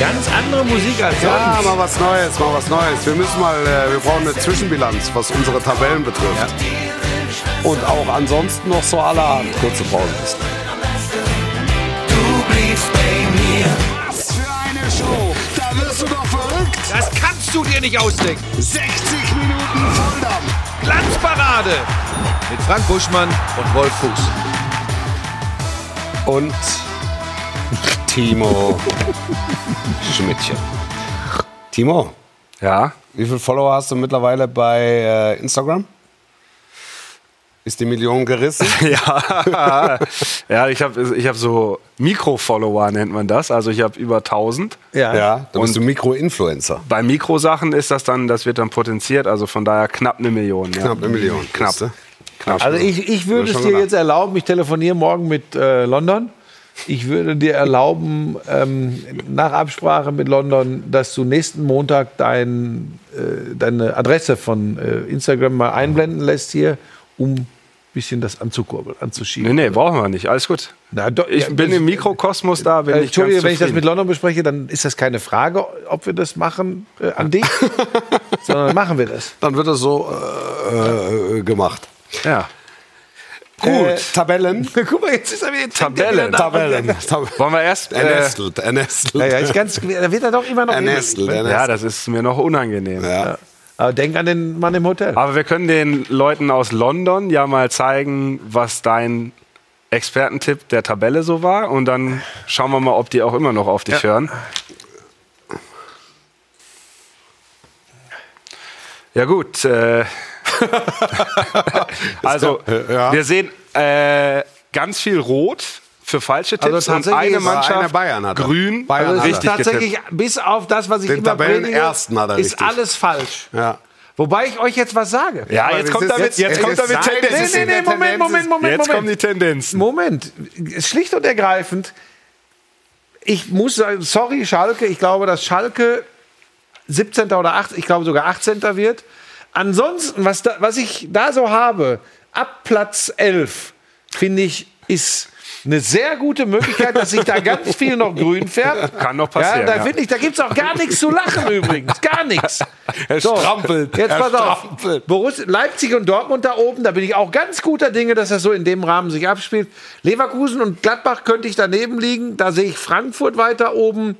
Speaker 2: ganz andere Musik als
Speaker 1: Ja,
Speaker 2: sonst.
Speaker 1: mal was Neues, mal was Neues. Wir müssen mal, äh, wir brauchen eine Zwischenbilanz, was unsere Tabellen betrifft. Und auch ansonsten noch so aller Art. Kurze Pause.
Speaker 5: Was für eine Show! Da wirst du doch verrückt!
Speaker 2: Das kannst du dir nicht ausdenken.
Speaker 5: 60 Minuten Volldampf!
Speaker 2: Glanzparade mit Frank Buschmann und Wolf Fuß.
Speaker 1: Und Timo Schmidtchen. Timo,
Speaker 3: Ja.
Speaker 1: Wie viele Follower hast du mittlerweile bei äh, Instagram? Ist die Million gerissen?
Speaker 3: Ja, ja ich habe ich hab so Mikro-Follower, nennt man das. Also ich habe über 1000.
Speaker 2: Ja.
Speaker 1: ja, dann bist du Mikroinfluencer.
Speaker 3: Bei Mikrosachen ist das dann, das wird dann potenziert. Also von daher knapp eine Million. Ja. Mhm.
Speaker 1: Knapp eine Million.
Speaker 3: Knapp.
Speaker 1: siehste.
Speaker 3: Knapp.
Speaker 2: Also ich, ich
Speaker 1: Ja,
Speaker 2: würde es
Speaker 1: schon
Speaker 2: dir
Speaker 1: gemacht.
Speaker 2: jetzt erlauben, ich telefoniere morgen mit äh, London. Ich würde dir erlauben, ähm, nach Absprache mit London, dass du nächsten Montag dein, äh, deine Adresse von äh, Instagram mal einblenden lässt hier, um ein bisschen das anzukurbeln, anzuschieben.
Speaker 3: nee, nee, brauchen wir nicht. Alles gut.
Speaker 2: Na, do-
Speaker 3: ich
Speaker 2: ja,
Speaker 3: bin
Speaker 2: das-
Speaker 3: im Mikrokosmos da, bin
Speaker 2: Äh,
Speaker 3: ich ganz
Speaker 2: Entschuldige, wenn ich das
Speaker 3: zufrieden.
Speaker 2: mit London bespreche, dann ist das keine Frage, ob wir das machen äh, an dich, sondern machen wir das.
Speaker 1: Dann wird das so äh, äh, gemacht.
Speaker 3: Ja.
Speaker 1: Gut. Tabellen.
Speaker 2: Guck mal, jetzt ist er wieder
Speaker 3: Äh, Tabellen.
Speaker 1: Tabellen.
Speaker 3: Wollen wir erst.
Speaker 1: Er
Speaker 3: Äh,
Speaker 1: nestelt, er nestelt.
Speaker 2: Ja, ja, ist ganz, da wird er doch immer noch.
Speaker 1: er nestelt, er
Speaker 3: ja,
Speaker 1: nestelt.
Speaker 3: das ist mir noch unangenehm.
Speaker 1: Ja.
Speaker 2: Aber denk an den Mann im Hotel.
Speaker 3: Aber wir können den Leuten aus London ja mal zeigen, was dein Expertentipp der Tabelle so war. Und dann schauen wir mal, ob die auch immer noch auf dich hören. Ja, gut. Äh, also,
Speaker 1: Ja.
Speaker 3: wir sehen äh, ganz viel Rot für falsche Tipps.
Speaker 2: Also
Speaker 3: und
Speaker 2: tatsächlich
Speaker 3: eine
Speaker 2: ist-
Speaker 1: einer
Speaker 3: Mannschaft
Speaker 1: Bayern hat er.
Speaker 3: grün.
Speaker 1: Bayern
Speaker 2: Also
Speaker 1: hat er.
Speaker 2: es ist
Speaker 3: richtig
Speaker 2: tatsächlich, bis auf das, was ich
Speaker 1: Den
Speaker 2: immer predige,
Speaker 1: Tabellenersten hat er
Speaker 2: ist
Speaker 1: richtig.
Speaker 2: alles falsch.
Speaker 1: Ja.
Speaker 2: Wobei ich euch jetzt was sage.
Speaker 3: Ja,
Speaker 1: Aber
Speaker 3: jetzt
Speaker 1: es
Speaker 3: kommt
Speaker 1: ist-
Speaker 3: damit, jetzt,
Speaker 1: es
Speaker 3: kommt
Speaker 1: ist-
Speaker 3: damit
Speaker 1: nein,
Speaker 3: Tendenz.
Speaker 1: es
Speaker 2: Nee,
Speaker 1: ist-
Speaker 2: nee, nee, Moment, Moment, Moment,
Speaker 3: jetzt kommen die
Speaker 2: Moment.
Speaker 3: Tendenzen.
Speaker 2: Moment. Schlicht und ergreifend, ich muss sagen, sorry Schalke, ich glaube, dass Schalke 17. oder 8, ich glaube sogar 18. wird. Ansonsten, was, da, was ich da so habe, ab Platz 11, finde ich, ist eine sehr gute Möglichkeit, dass sich da ganz viel noch grün färbt.
Speaker 3: Kann noch passieren,
Speaker 2: Ja, da
Speaker 3: ja.
Speaker 2: finde ich, da gibt es auch gar nichts zu lachen übrigens. Gar nichts.
Speaker 1: Er strampelt,
Speaker 2: Jetzt
Speaker 1: er
Speaker 2: pass auf.
Speaker 1: strampelt.
Speaker 2: Borussia, Leipzig und Dortmund da oben, da bin ich auch ganz guter Dinge, dass das so in dem Rahmen sich abspielt. Leverkusen und Gladbach könnte ich daneben liegen. Da sehe ich Frankfurt weiter oben.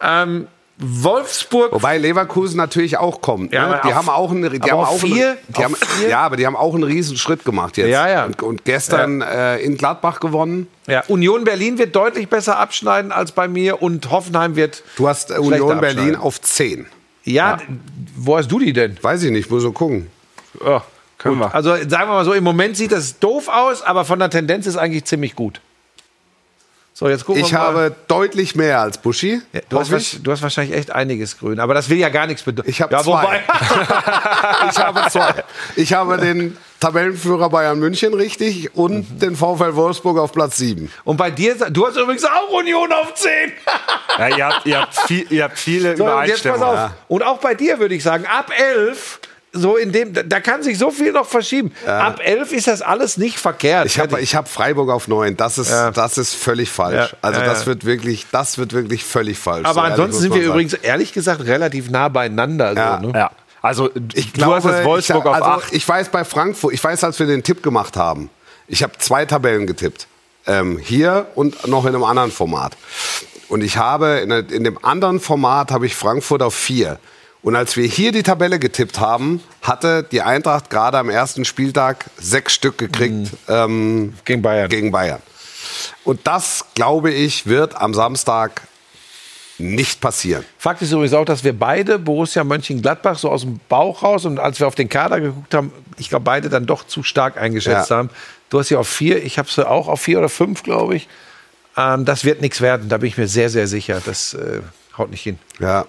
Speaker 2: Ähm, Wolfsburg
Speaker 1: Wobei Leverkusen natürlich auch kommt.
Speaker 2: Ja,
Speaker 1: ne?
Speaker 2: aber
Speaker 1: die
Speaker 2: auf-
Speaker 1: haben auch einen, die
Speaker 2: aber
Speaker 1: haben
Speaker 2: auf
Speaker 1: auch einen-
Speaker 2: vier?
Speaker 1: die haben,
Speaker 2: Auf vier?
Speaker 1: ja, aber die haben auch einen riesen Schritt gemacht jetzt.
Speaker 2: Ja, ja.
Speaker 1: Und, und gestern Äh, in Gladbach gewonnen.
Speaker 2: Ja, Union Berlin wird deutlich besser abschneiden als bei mir und Hoffenheim wird.
Speaker 1: Du hast äh, Union
Speaker 2: schlechter
Speaker 1: Berlin
Speaker 2: abschneiden.
Speaker 1: auf 10.
Speaker 2: Ja, d- wo hast du die denn?
Speaker 1: Weiß ich nicht, muss so gucken.
Speaker 3: Ja, Oh, können wir.
Speaker 2: Also sagen wir mal so, im Moment sieht das doof aus, aber von der Tendenz ist eigentlich ziemlich gut. So, jetzt gucken
Speaker 1: Ich
Speaker 2: wir mal.
Speaker 1: habe deutlich mehr als Buschi.
Speaker 2: Ja, Du hast,
Speaker 1: hoffe
Speaker 2: wahrsch-
Speaker 1: ich.
Speaker 2: du hast wahrscheinlich echt einiges grün, aber das will ja gar nichts bedeuten.
Speaker 1: Ich habe
Speaker 2: ja,
Speaker 1: zwei. ich habe zwei. Ich habe den Tabellenführer Bayern München richtig und den VfL Wolfsburg auf Platz 7.
Speaker 2: Und bei dir, du hast übrigens auch Union auf 10.
Speaker 3: Ja, ihr, habt, ihr, habt viel, ihr habt viele
Speaker 2: So, und jetzt pass
Speaker 3: Übereinstimmungen.
Speaker 2: auf. Und auch bei dir würde ich sagen, ab 11, so in dem, da, da kann sich so viel noch verschieben. Ab 11 ist das alles nicht verkehrt.
Speaker 1: Ich habe ich hab Freiburg auf 9. Das ist,
Speaker 2: Ja.
Speaker 1: das ist völlig falsch.
Speaker 2: Ja.
Speaker 1: Also
Speaker 2: Ja,
Speaker 1: das
Speaker 2: ja.
Speaker 1: wird wirklich, das wird wirklich völlig falsch. So
Speaker 2: Aber
Speaker 1: ehrlich
Speaker 2: ansonsten
Speaker 1: muss
Speaker 2: sind
Speaker 1: man
Speaker 2: wir
Speaker 1: sagen.
Speaker 2: übrigens ehrlich gesagt relativ nah beieinander.
Speaker 1: Ja.
Speaker 2: So, ne?
Speaker 3: Ja. Also,
Speaker 1: Ich
Speaker 3: du hast jetzt Wolfsburg
Speaker 1: ich, also,
Speaker 3: auf 8.
Speaker 1: Ich weiß bei Frankfurt, ich weiß, als wir den Tipp gemacht haben, ich habe zwei Tabellen getippt. Ähm, hier und noch in einem anderen Format. Und ich habe in, in dem anderen Format habe ich Frankfurt auf vier. Und als wir hier die Tabelle getippt haben, hatte die Eintracht gerade am ersten Spieltag sechs Stück gekriegt
Speaker 3: Mhm.
Speaker 1: ähm,
Speaker 2: Gegen Bayern.
Speaker 1: gegen Bayern. Und das, glaube ich, wird am Samstag nicht passieren.
Speaker 2: Fakt ist übrigens auch, dass wir beide Borussia Mönchengladbach so aus dem Bauch raus und als wir auf den Kader geguckt haben, ich glaube, beide dann doch zu stark eingeschätzt
Speaker 1: Ja.
Speaker 2: haben. Du hast sie auf vier, ich habe sie auch auf vier oder fünf, glaube ich. Ähm, das wird nichts werden, da bin ich mir sehr, sehr sicher. Das äh, haut nicht hin.
Speaker 1: Ja. also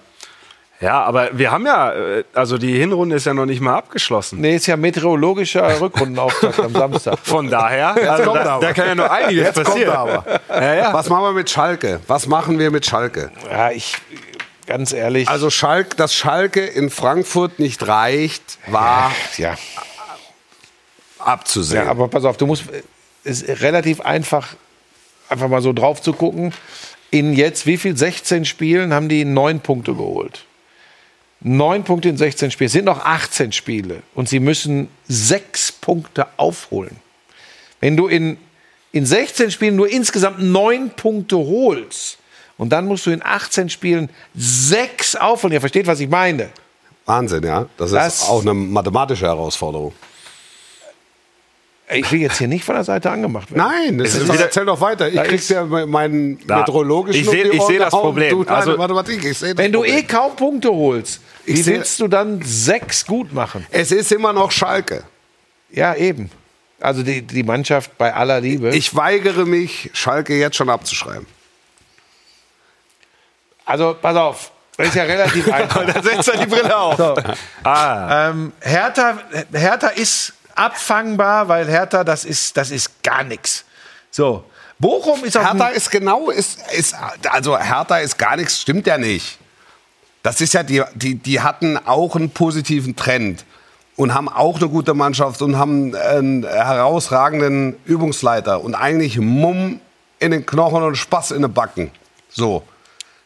Speaker 3: Ja, aber wir haben ja, äh, also die Hinrunde ist ja noch nicht mal abgeschlossen.
Speaker 2: Nee, ist ja meteorologischer Rückrundenauftakt am Samstag.
Speaker 3: Von daher, also
Speaker 1: kommt
Speaker 3: da,
Speaker 1: aber.
Speaker 3: da kann ja noch einiges
Speaker 1: Jetzt kommt
Speaker 3: passieren.
Speaker 1: er aber.
Speaker 3: Ja, ja.
Speaker 1: Was machen wir mit Schalke? Was machen wir mit Schalke?
Speaker 2: Ja, ich, ganz ehrlich.
Speaker 1: Also Schalk, dass Schalke in Frankfurt nicht reicht, war
Speaker 2: ja.
Speaker 1: abzusehen.
Speaker 2: Ja, aber pass auf, du musst äh, es ist relativ einfach einfach mal so drauf zu gucken. In jetzt wie viel 16 Spielen haben die neun Punkte geholt. Neun Punkte in 16 Spielen. Es sind noch 18 Spiele und sie müssen sechs Punkte aufholen. Wenn du in, in 16 Spielen nur insgesamt neun Punkte holst und dann musst du in 18 Spielen sechs aufholen. Ihr versteht, was ich meine.
Speaker 1: Wahnsinn, ja. Das ist
Speaker 2: Das-
Speaker 1: auch eine mathematische Herausforderung.
Speaker 2: Ich will jetzt hier nicht von der Seite angemacht werden.
Speaker 1: Nein, das
Speaker 3: ist
Speaker 1: ist
Speaker 3: wieder-
Speaker 1: erzähl doch weiter. Ich
Speaker 2: Da
Speaker 1: krieg's
Speaker 2: ist-
Speaker 1: ja me- meinen
Speaker 3: Da-
Speaker 1: meteorologischen
Speaker 3: Ich seh-
Speaker 1: um die
Speaker 3: ich
Speaker 1: Ohren
Speaker 3: seh das
Speaker 1: gehauen,
Speaker 3: Problem.
Speaker 1: Du, deine
Speaker 3: Also-
Speaker 1: Mathematik, ich seh das
Speaker 2: Wenn du
Speaker 1: Problem.
Speaker 2: eh kaum Punkte holst,
Speaker 1: Ich
Speaker 2: wie
Speaker 1: seh-
Speaker 2: willst du dann sechs gut machen?
Speaker 1: Es ist immer noch Schalke.
Speaker 2: Ja, eben. Also die, die Mannschaft bei aller Liebe.
Speaker 1: Ich weigere mich, Schalke jetzt schon abzuschreiben.
Speaker 2: also pass auf, das ist ja relativ einfach.
Speaker 3: Da setzt er die Brille auf.
Speaker 2: So.
Speaker 3: Ah,
Speaker 2: Ähm, Hertha, Hertha ist abfangbar, weil Hertha, das ist, das ist gar nichts. So, Bochum ist auf
Speaker 1: Hertha
Speaker 2: dem-
Speaker 1: ist genau, ist, ist, also Hertha ist gar nichts, stimmt ja nicht. Das ist ja, die, die, die hatten auch einen positiven Trend und haben auch eine gute Mannschaft und haben einen herausragenden Übungsleiter und eigentlich Mumm in den Knochen und Spaß in den Backen. So.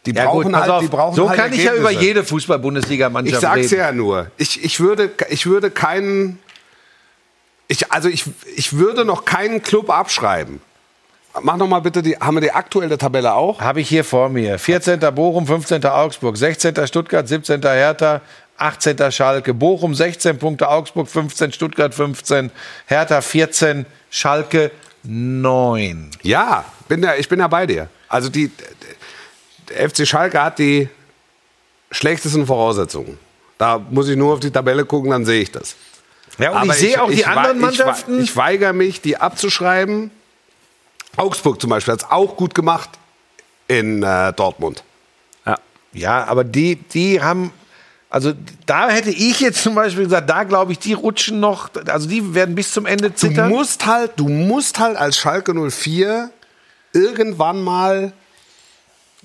Speaker 1: Die
Speaker 2: ja,
Speaker 1: brauchen
Speaker 2: gut, pass
Speaker 1: halt,
Speaker 2: auf,
Speaker 1: die brauchen
Speaker 2: so
Speaker 1: halt
Speaker 2: kann ich ja über
Speaker 1: Ergebnisse.
Speaker 2: jede Fußball-Bundesliga-Mannschaft
Speaker 1: Ich sag's
Speaker 2: reden.
Speaker 1: ja nur. Ich, ich, würde, ich würde keinen. Ich, also ich, ich würde noch keinen Club abschreiben. Mach noch mal bitte die. Haben wir die aktuelle Tabelle auch?
Speaker 2: Habe ich hier vor mir. 14. Bochum, 15. Augsburg, 16. Stuttgart, 17. Hertha, 18. Schalke. Bochum 16 Punkte, Augsburg 15, Stuttgart 15, Hertha 14, Schalke 9.
Speaker 1: Ja, bin da, ich bin da bei dir. Also die, der FC Schalke hat die schlechtesten Voraussetzungen. Da muss ich nur auf die Tabelle gucken, dann sehe ich das.
Speaker 2: Ja, und
Speaker 1: Aber
Speaker 2: ich sehe auch die
Speaker 1: ich wei-
Speaker 2: anderen
Speaker 1: ich wei-
Speaker 2: Mannschaften.
Speaker 1: Ich weigere mich, die abzuschreiben. Augsburg zum Beispiel hat es auch gut gemacht in äh, Dortmund.
Speaker 3: ja.
Speaker 2: ja, aber die, die haben. Also da hätte ich jetzt zum Beispiel gesagt, da glaube ich, die rutschen noch, also die werden bis zum Ende zittern.
Speaker 1: Du musst halt, du musst halt als Schalke 04 irgendwann mal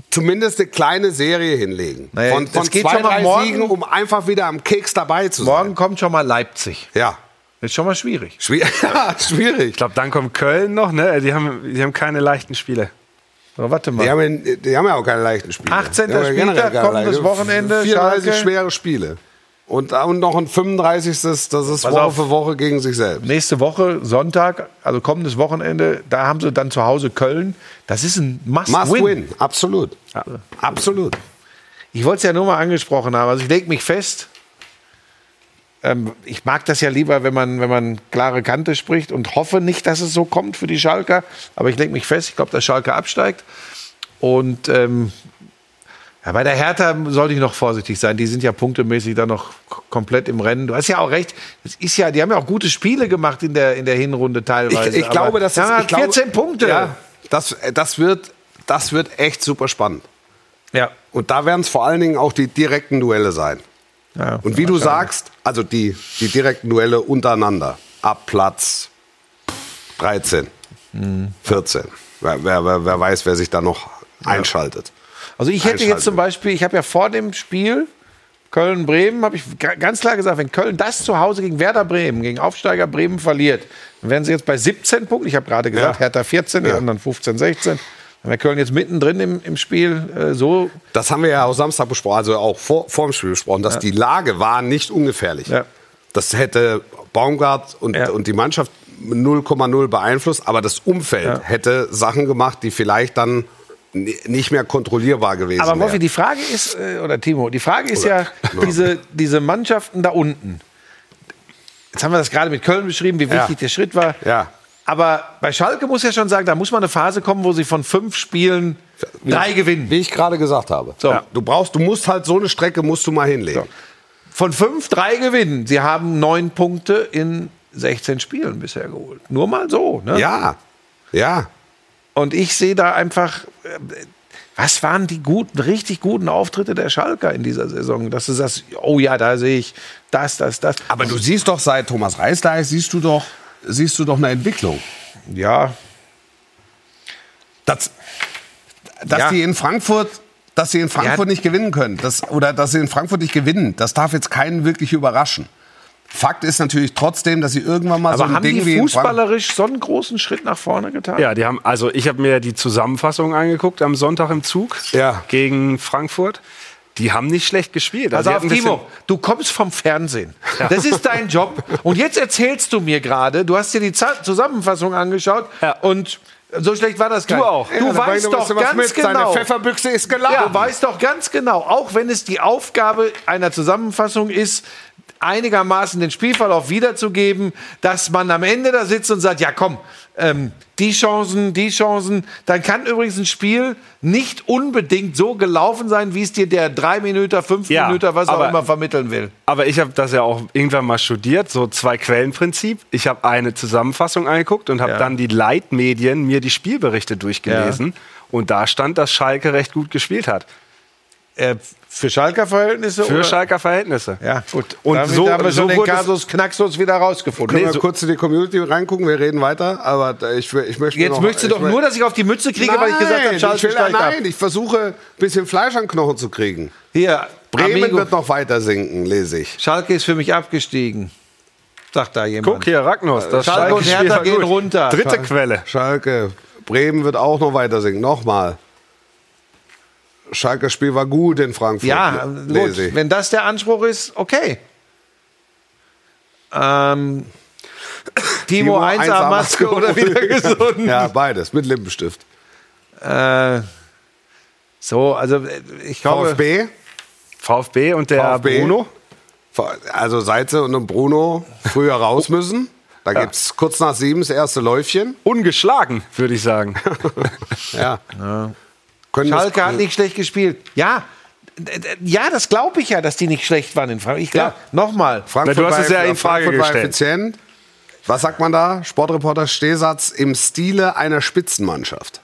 Speaker 1: zumindest eine kleine Serie hinlegen.
Speaker 2: Naja,
Speaker 1: von
Speaker 2: es
Speaker 1: von
Speaker 2: geht
Speaker 1: zwei,
Speaker 2: schon mal
Speaker 1: drei
Speaker 2: morgen-
Speaker 1: Siegen, um einfach wieder am Keks dabei zu sein.
Speaker 2: Morgen kommt schon mal Leipzig.
Speaker 1: Ja.
Speaker 2: Ist schon mal schwierig.
Speaker 1: Schwier ja, schwierig.
Speaker 3: Ich glaube, dann kommt Köln noch, ne? Die haben, die haben keine leichten Spiele.
Speaker 2: So, warte mal.
Speaker 1: Die haben, ja, die haben ja auch keine leichten Spiele.
Speaker 2: 18.
Speaker 1: Die haben ja generell
Speaker 2: Spieltag,
Speaker 1: keine
Speaker 2: kommendes
Speaker 1: leichten-
Speaker 2: Wochenende,
Speaker 1: 34
Speaker 2: Schalke.
Speaker 1: schwere Spiele. Und, und noch ein 35. Das ist
Speaker 2: Pass
Speaker 1: Woche
Speaker 2: auf.
Speaker 1: für Woche gegen sich selbst.
Speaker 2: Nächste Woche, Sonntag, also kommendes Wochenende, da haben sie dann zu Hause Köln. Das ist ein Must-Win.
Speaker 1: Must win. Absolut. Absolut.
Speaker 2: Ich wollte es ja nur mal angesprochen haben. Also ich lege mich fest. Ähm, ich mag das ja lieber, wenn man, wenn man klare Kante spricht und hoffe nicht, dass es so kommt für die Schalker. Aber ich lege mich fest, ich glaube, dass Schalke absteigt. Und ähm, ja, bei der Hertha sollte ich noch vorsichtig sein. Die sind ja punktemäßig da noch k- komplett im Rennen. Du hast ja auch recht. Das ist ja, die haben ja auch gute Spiele gemacht in der, in der Hinrunde teilweise.
Speaker 1: Ich, ich
Speaker 2: Aber
Speaker 1: glaube, das
Speaker 2: die
Speaker 1: ist
Speaker 2: haben halt
Speaker 1: ich glaube,
Speaker 2: 14 Punkte.
Speaker 1: Ja, das, das, wird, das wird echt super spannend.
Speaker 2: ja.
Speaker 1: Und da werden es vor allen Dingen auch die direkten Duelle sein.
Speaker 2: Ja,
Speaker 1: Und wie du sagst, also die, die direkten Duelle untereinander. Ab Platz 13,
Speaker 2: Mhm.
Speaker 1: 14. Wer, wer, wer, wer weiß, wer sich da noch einschaltet.
Speaker 2: Also ich hätte jetzt
Speaker 1: Einschalten.
Speaker 2: zum Beispiel, ich habe ja vor dem Spiel Köln-Bremen, habe ich ga- ganz klar gesagt, wenn Köln das zu Hause gegen Werder Bremen, gegen Aufsteiger Bremen verliert, dann wären sie jetzt bei 17 Punkten. Ich habe gerade gesagt,
Speaker 1: Ja.
Speaker 2: Hertha 14, die
Speaker 1: Ja.
Speaker 2: anderen 15, 16. Dann wäre Köln jetzt mittendrin im, im Spiel äh, so.
Speaker 1: Das haben wir ja auch Samstag besprochen, also auch vor, vor dem Spiel besprochen, dass die Lage war nicht ungefährlich.
Speaker 2: Ja.
Speaker 1: Das hätte Baumgart und,
Speaker 2: Ja.
Speaker 1: und die Mannschaft 0,0 beeinflusst, aber das Umfeld hätte Sachen gemacht, die vielleicht dann n- nicht mehr kontrollierbar gewesen
Speaker 2: Aber Wolfi,
Speaker 1: wäre.
Speaker 2: die Frage ist, äh, oder Timo, die Frage ist
Speaker 1: Oder-
Speaker 2: ja, diese, diese Mannschaften da unten. Jetzt haben wir das gerade mit Köln beschrieben, wie wichtig
Speaker 1: Ja.
Speaker 2: der Schritt war.
Speaker 1: Ja.
Speaker 2: Aber bei Schalke muss ja schon sagen, da muss mal eine Phase kommen, wo sie von fünf Spielen drei gewinnen.
Speaker 1: Wie ich gerade gesagt habe.
Speaker 2: So.
Speaker 1: Ja. Du brauchst, du musst halt so eine Strecke musst du mal hinlegen.
Speaker 2: Von fünf drei gewinnen. Sie haben neun Punkte in 16 Spielen bisher geholt. Nur mal so. Ne?
Speaker 1: Ja. Ja.
Speaker 2: Und ich sehe da einfach, äh, was waren die guten, richtig guten Auftritte der Schalker in dieser Saison? Dass du sagst, oh ja, da sehe ich das, das, das.
Speaker 1: Aber du siehst doch, seit Thomas Reis da ist, siehst du doch, siehst du doch eine Entwicklung.
Speaker 2: Ja,
Speaker 1: Dass, dass
Speaker 2: Ja.
Speaker 1: die in Frankfurt, dass sie in Frankfurt nicht gewinnen können. Das, oder dass sie in Frankfurt nicht gewinnen, das darf jetzt keinen wirklich überraschen. Fakt ist natürlich trotzdem, dass sie irgendwann mal
Speaker 2: aber
Speaker 1: so ein
Speaker 2: haben
Speaker 1: Ding wie
Speaker 2: die
Speaker 1: in Frankfurt.
Speaker 2: fußballerisch so einen großen Schritt nach vorne getan?
Speaker 3: Ja, die haben, also ich habe mir die Zusammenfassung angeguckt am Sonntag im Zug
Speaker 1: Ja.
Speaker 3: gegen Frankfurt. Die haben nicht schlecht gespielt.
Speaker 2: Also
Speaker 3: die
Speaker 2: auf
Speaker 3: hatten ein bisschen-
Speaker 2: Timo, du kommst vom Fernsehen. Das ist dein Job. Und jetzt erzählst du mir gerade, du hast dir die Za- Zusammenfassung angeschaut
Speaker 3: Ja.
Speaker 2: und so schlecht war das gar
Speaker 3: Du
Speaker 2: nicht.
Speaker 3: auch.
Speaker 2: Du
Speaker 1: Ja, da bringt
Speaker 2: weißt
Speaker 1: er was
Speaker 2: doch
Speaker 1: mit.
Speaker 2: ganz
Speaker 1: Seine
Speaker 2: genau.
Speaker 1: Pfefferbüchse ist geladen.
Speaker 2: Ja. Du weißt doch ganz genau, auch wenn es die Aufgabe einer Zusammenfassung ist, einigermaßen den Spielverlauf wiederzugeben, dass man am Ende da sitzt und sagt, ja komm, ähm, die Chancen, die Chancen, dann kann übrigens ein Spiel nicht unbedingt so gelaufen sein, wie es dir der drei Minuten, fünf
Speaker 3: Ja,
Speaker 2: Minuten, was auch
Speaker 3: aber-
Speaker 2: immer vermitteln will.
Speaker 3: Aber ich habe das ja auch irgendwann mal studiert, so zwei Quellenprinzip. Ich habe eine Zusammenfassung angeguckt und habe
Speaker 2: Ja.
Speaker 3: dann die Leitmedien mir die Spielberichte durchgelesen. Und da stand, dass Schalke recht gut gespielt hat.
Speaker 2: Äh, für Schalker Verhältnisse?
Speaker 3: Für
Speaker 2: oder?
Speaker 3: Schalker Verhältnisse.
Speaker 2: Ja, gut.
Speaker 3: Und
Speaker 2: Damit
Speaker 3: so,
Speaker 2: haben wir schon
Speaker 3: so
Speaker 2: den
Speaker 3: wurde es,
Speaker 2: Kasus Knacksus wieder rausgefunden.
Speaker 1: Können
Speaker 3: Nee,
Speaker 1: wir
Speaker 3: so-
Speaker 1: kurz in die Community reingucken, wir reden weiter, aber ich, ich möchte
Speaker 2: Jetzt
Speaker 1: noch,
Speaker 2: möchtest du
Speaker 1: ich
Speaker 2: doch
Speaker 1: mö-
Speaker 2: nur, dass ich auf die Mütze kriege, weil ich gesagt habe,
Speaker 1: Nein, ich
Speaker 2: Schalke
Speaker 1: will,
Speaker 2: steigt ab.
Speaker 1: nein, ich versuche, ein bisschen Fleisch an Knochen zu kriegen.
Speaker 2: Hier,
Speaker 1: Bremen
Speaker 2: Amigo.
Speaker 1: wird noch weiter sinken, lese ich.
Speaker 2: Schalke ist für mich abgestiegen. Sagt da jemand.
Speaker 3: Guck hier, Ragnos. Das
Speaker 2: Schalke und
Speaker 3: Schalke-Spiel
Speaker 2: Hertha
Speaker 3: war
Speaker 2: gehen
Speaker 3: gut.
Speaker 2: runter.
Speaker 3: Dritte
Speaker 2: Schalke.
Speaker 3: Quelle.
Speaker 1: Schalke, Bremen wird auch noch weiter sinken, nochmal. Schalke Spiel war gut in Frankfurt.
Speaker 2: Ja,
Speaker 1: ne?
Speaker 2: gut.
Speaker 1: lese ich.
Speaker 2: Wenn das der Anspruch ist, okay. Ähm, Timo,
Speaker 1: Timo
Speaker 2: 1
Speaker 1: 1A
Speaker 2: a Maske
Speaker 1: Maske
Speaker 2: oder wieder gesund.
Speaker 1: Ja, beides, mit Lippenstift.
Speaker 2: Äh, so, also äh, ich glaube,
Speaker 1: VfB,
Speaker 3: VfB und der
Speaker 1: VfB.
Speaker 3: Bruno.
Speaker 1: also Seitze und Bruno früher raus müssen. Da gibt es kurz nach sieben das erste Läufchen.
Speaker 3: Ungeschlagen, würde ich sagen.
Speaker 1: Ja. Können das-
Speaker 2: Schalke hat nicht schlecht gespielt. Ja, d- d- ja, das glaube ich ja, dass die nicht schlecht waren in Frankreich. Ich glaube,
Speaker 1: Ja.
Speaker 2: nochmal.
Speaker 1: Frankfurt
Speaker 3: Na, du hast es
Speaker 1: war-
Speaker 3: ja in Frage
Speaker 1: Frankfurt war
Speaker 3: gestellt.
Speaker 1: effizient. Was sagt man da? Sportreporter Stehsatz im Stile einer Spitzenmannschaft.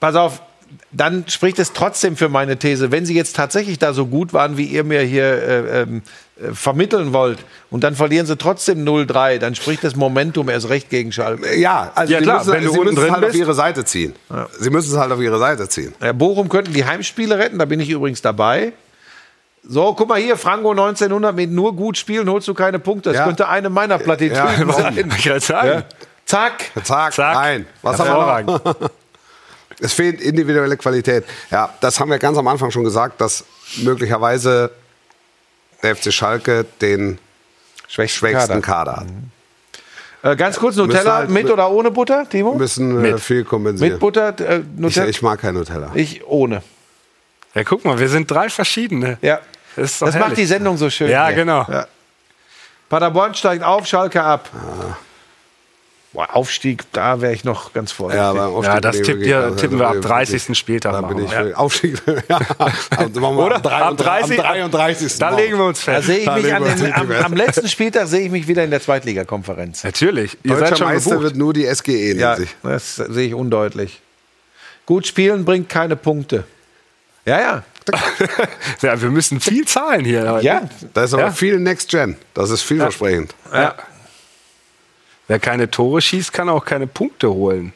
Speaker 2: Pass auf, dann spricht es trotzdem für meine These. Wenn sie jetzt tatsächlich da so gut waren, wie ihr mir hier äh, ähm, äh, vermitteln wollt, und dann verlieren sie trotzdem 0-3, dann spricht das Momentum erst recht gegen Schalke.
Speaker 1: Ja, also
Speaker 3: Ja,
Speaker 1: sie
Speaker 3: klar,
Speaker 1: müssen,
Speaker 3: wenn du
Speaker 1: sie
Speaker 3: unten
Speaker 1: müssen es
Speaker 3: drin
Speaker 1: halt auf
Speaker 3: bist.
Speaker 1: ihre Seite ziehen. Sie müssen es halt auf ihre Seite ziehen.
Speaker 2: Ja, Bochum könnten die Heimspiele retten, da bin ich übrigens dabei. So, guck mal hier, Franco 1900 mit nur gut spielen holst du keine Punkte. Das
Speaker 1: Ja.
Speaker 2: könnte eine meiner Plattitüden
Speaker 1: Ja, warum?
Speaker 2: sein.
Speaker 3: ich grad sagen.
Speaker 2: Zack.
Speaker 1: Zack,
Speaker 3: Zack.
Speaker 1: nein. Was haben wir noch?
Speaker 3: Hervorragend.
Speaker 1: Es fehlt individuelle Qualität. Ja, das haben wir ganz am Anfang schon gesagt, dass möglicherweise der FC Schalke den
Speaker 2: Schwächsten
Speaker 1: schwächsten Kader hat.
Speaker 2: Äh, ganz kurz,
Speaker 1: Müssen
Speaker 2: Nutella
Speaker 1: halt
Speaker 2: mit
Speaker 1: mit-
Speaker 2: oder ohne Butter, Timo?
Speaker 1: Müssen äh, viel kompensieren.
Speaker 2: Mit Butter, äh,
Speaker 1: ich,
Speaker 2: Nutella?
Speaker 1: ich mag kein Nutella.
Speaker 2: ich ohne.
Speaker 3: Ja, guck mal, wir sind drei verschiedene.
Speaker 2: Ja.
Speaker 3: Das, ist doch
Speaker 2: Das macht
Speaker 3: herrlich.
Speaker 2: die Sendung so schön.
Speaker 3: Ja,
Speaker 2: hier.
Speaker 3: genau.
Speaker 2: Ja. Paderborn steigt auf, Schalke ab.
Speaker 3: Ah.
Speaker 2: Boah, Aufstieg, da wäre ich noch ganz vorher.
Speaker 1: Ja, beim Aufstieg
Speaker 3: Ja,
Speaker 1: also
Speaker 3: das
Speaker 1: bin ich
Speaker 3: tippt
Speaker 1: wirklich-
Speaker 3: ihr- tippen wir ab
Speaker 1: wirklich-
Speaker 3: 30. Spieltag
Speaker 1: Da
Speaker 3: machen
Speaker 1: bin ich
Speaker 3: wir.
Speaker 1: ja. Aufstieg. ja. Am- machen wir
Speaker 3: Oder?
Speaker 1: Am, drei-
Speaker 3: Am 30.
Speaker 1: am 33.
Speaker 3: Da
Speaker 1: machen.
Speaker 3: legen wir uns
Speaker 2: da
Speaker 3: fest.
Speaker 2: sehe ich
Speaker 1: da
Speaker 2: mich an
Speaker 1: leben wir uns
Speaker 2: den, am,
Speaker 1: nicht mehr.
Speaker 2: am letzten Spieltag sehe ich mich wieder in der Zweitligakonferenz.
Speaker 3: Natürlich. Ihr seid
Speaker 1: Deutscher
Speaker 3: schon
Speaker 1: Meister
Speaker 3: gebucht.
Speaker 1: wird nur die SGE.
Speaker 2: Ja,
Speaker 1: nennt sich.
Speaker 2: das sehe ich undeutlich. Gut spielen bringt keine Punkte. Ja, ja.
Speaker 3: ja, wir müssen viel zahlen hier. Heute.
Speaker 2: Ja.
Speaker 1: Da ist aber
Speaker 3: Ja.
Speaker 1: viel Next Gen. Das ist vielversprechend.
Speaker 3: ja. Wer keine Tore schießt, kann auch keine Punkte holen.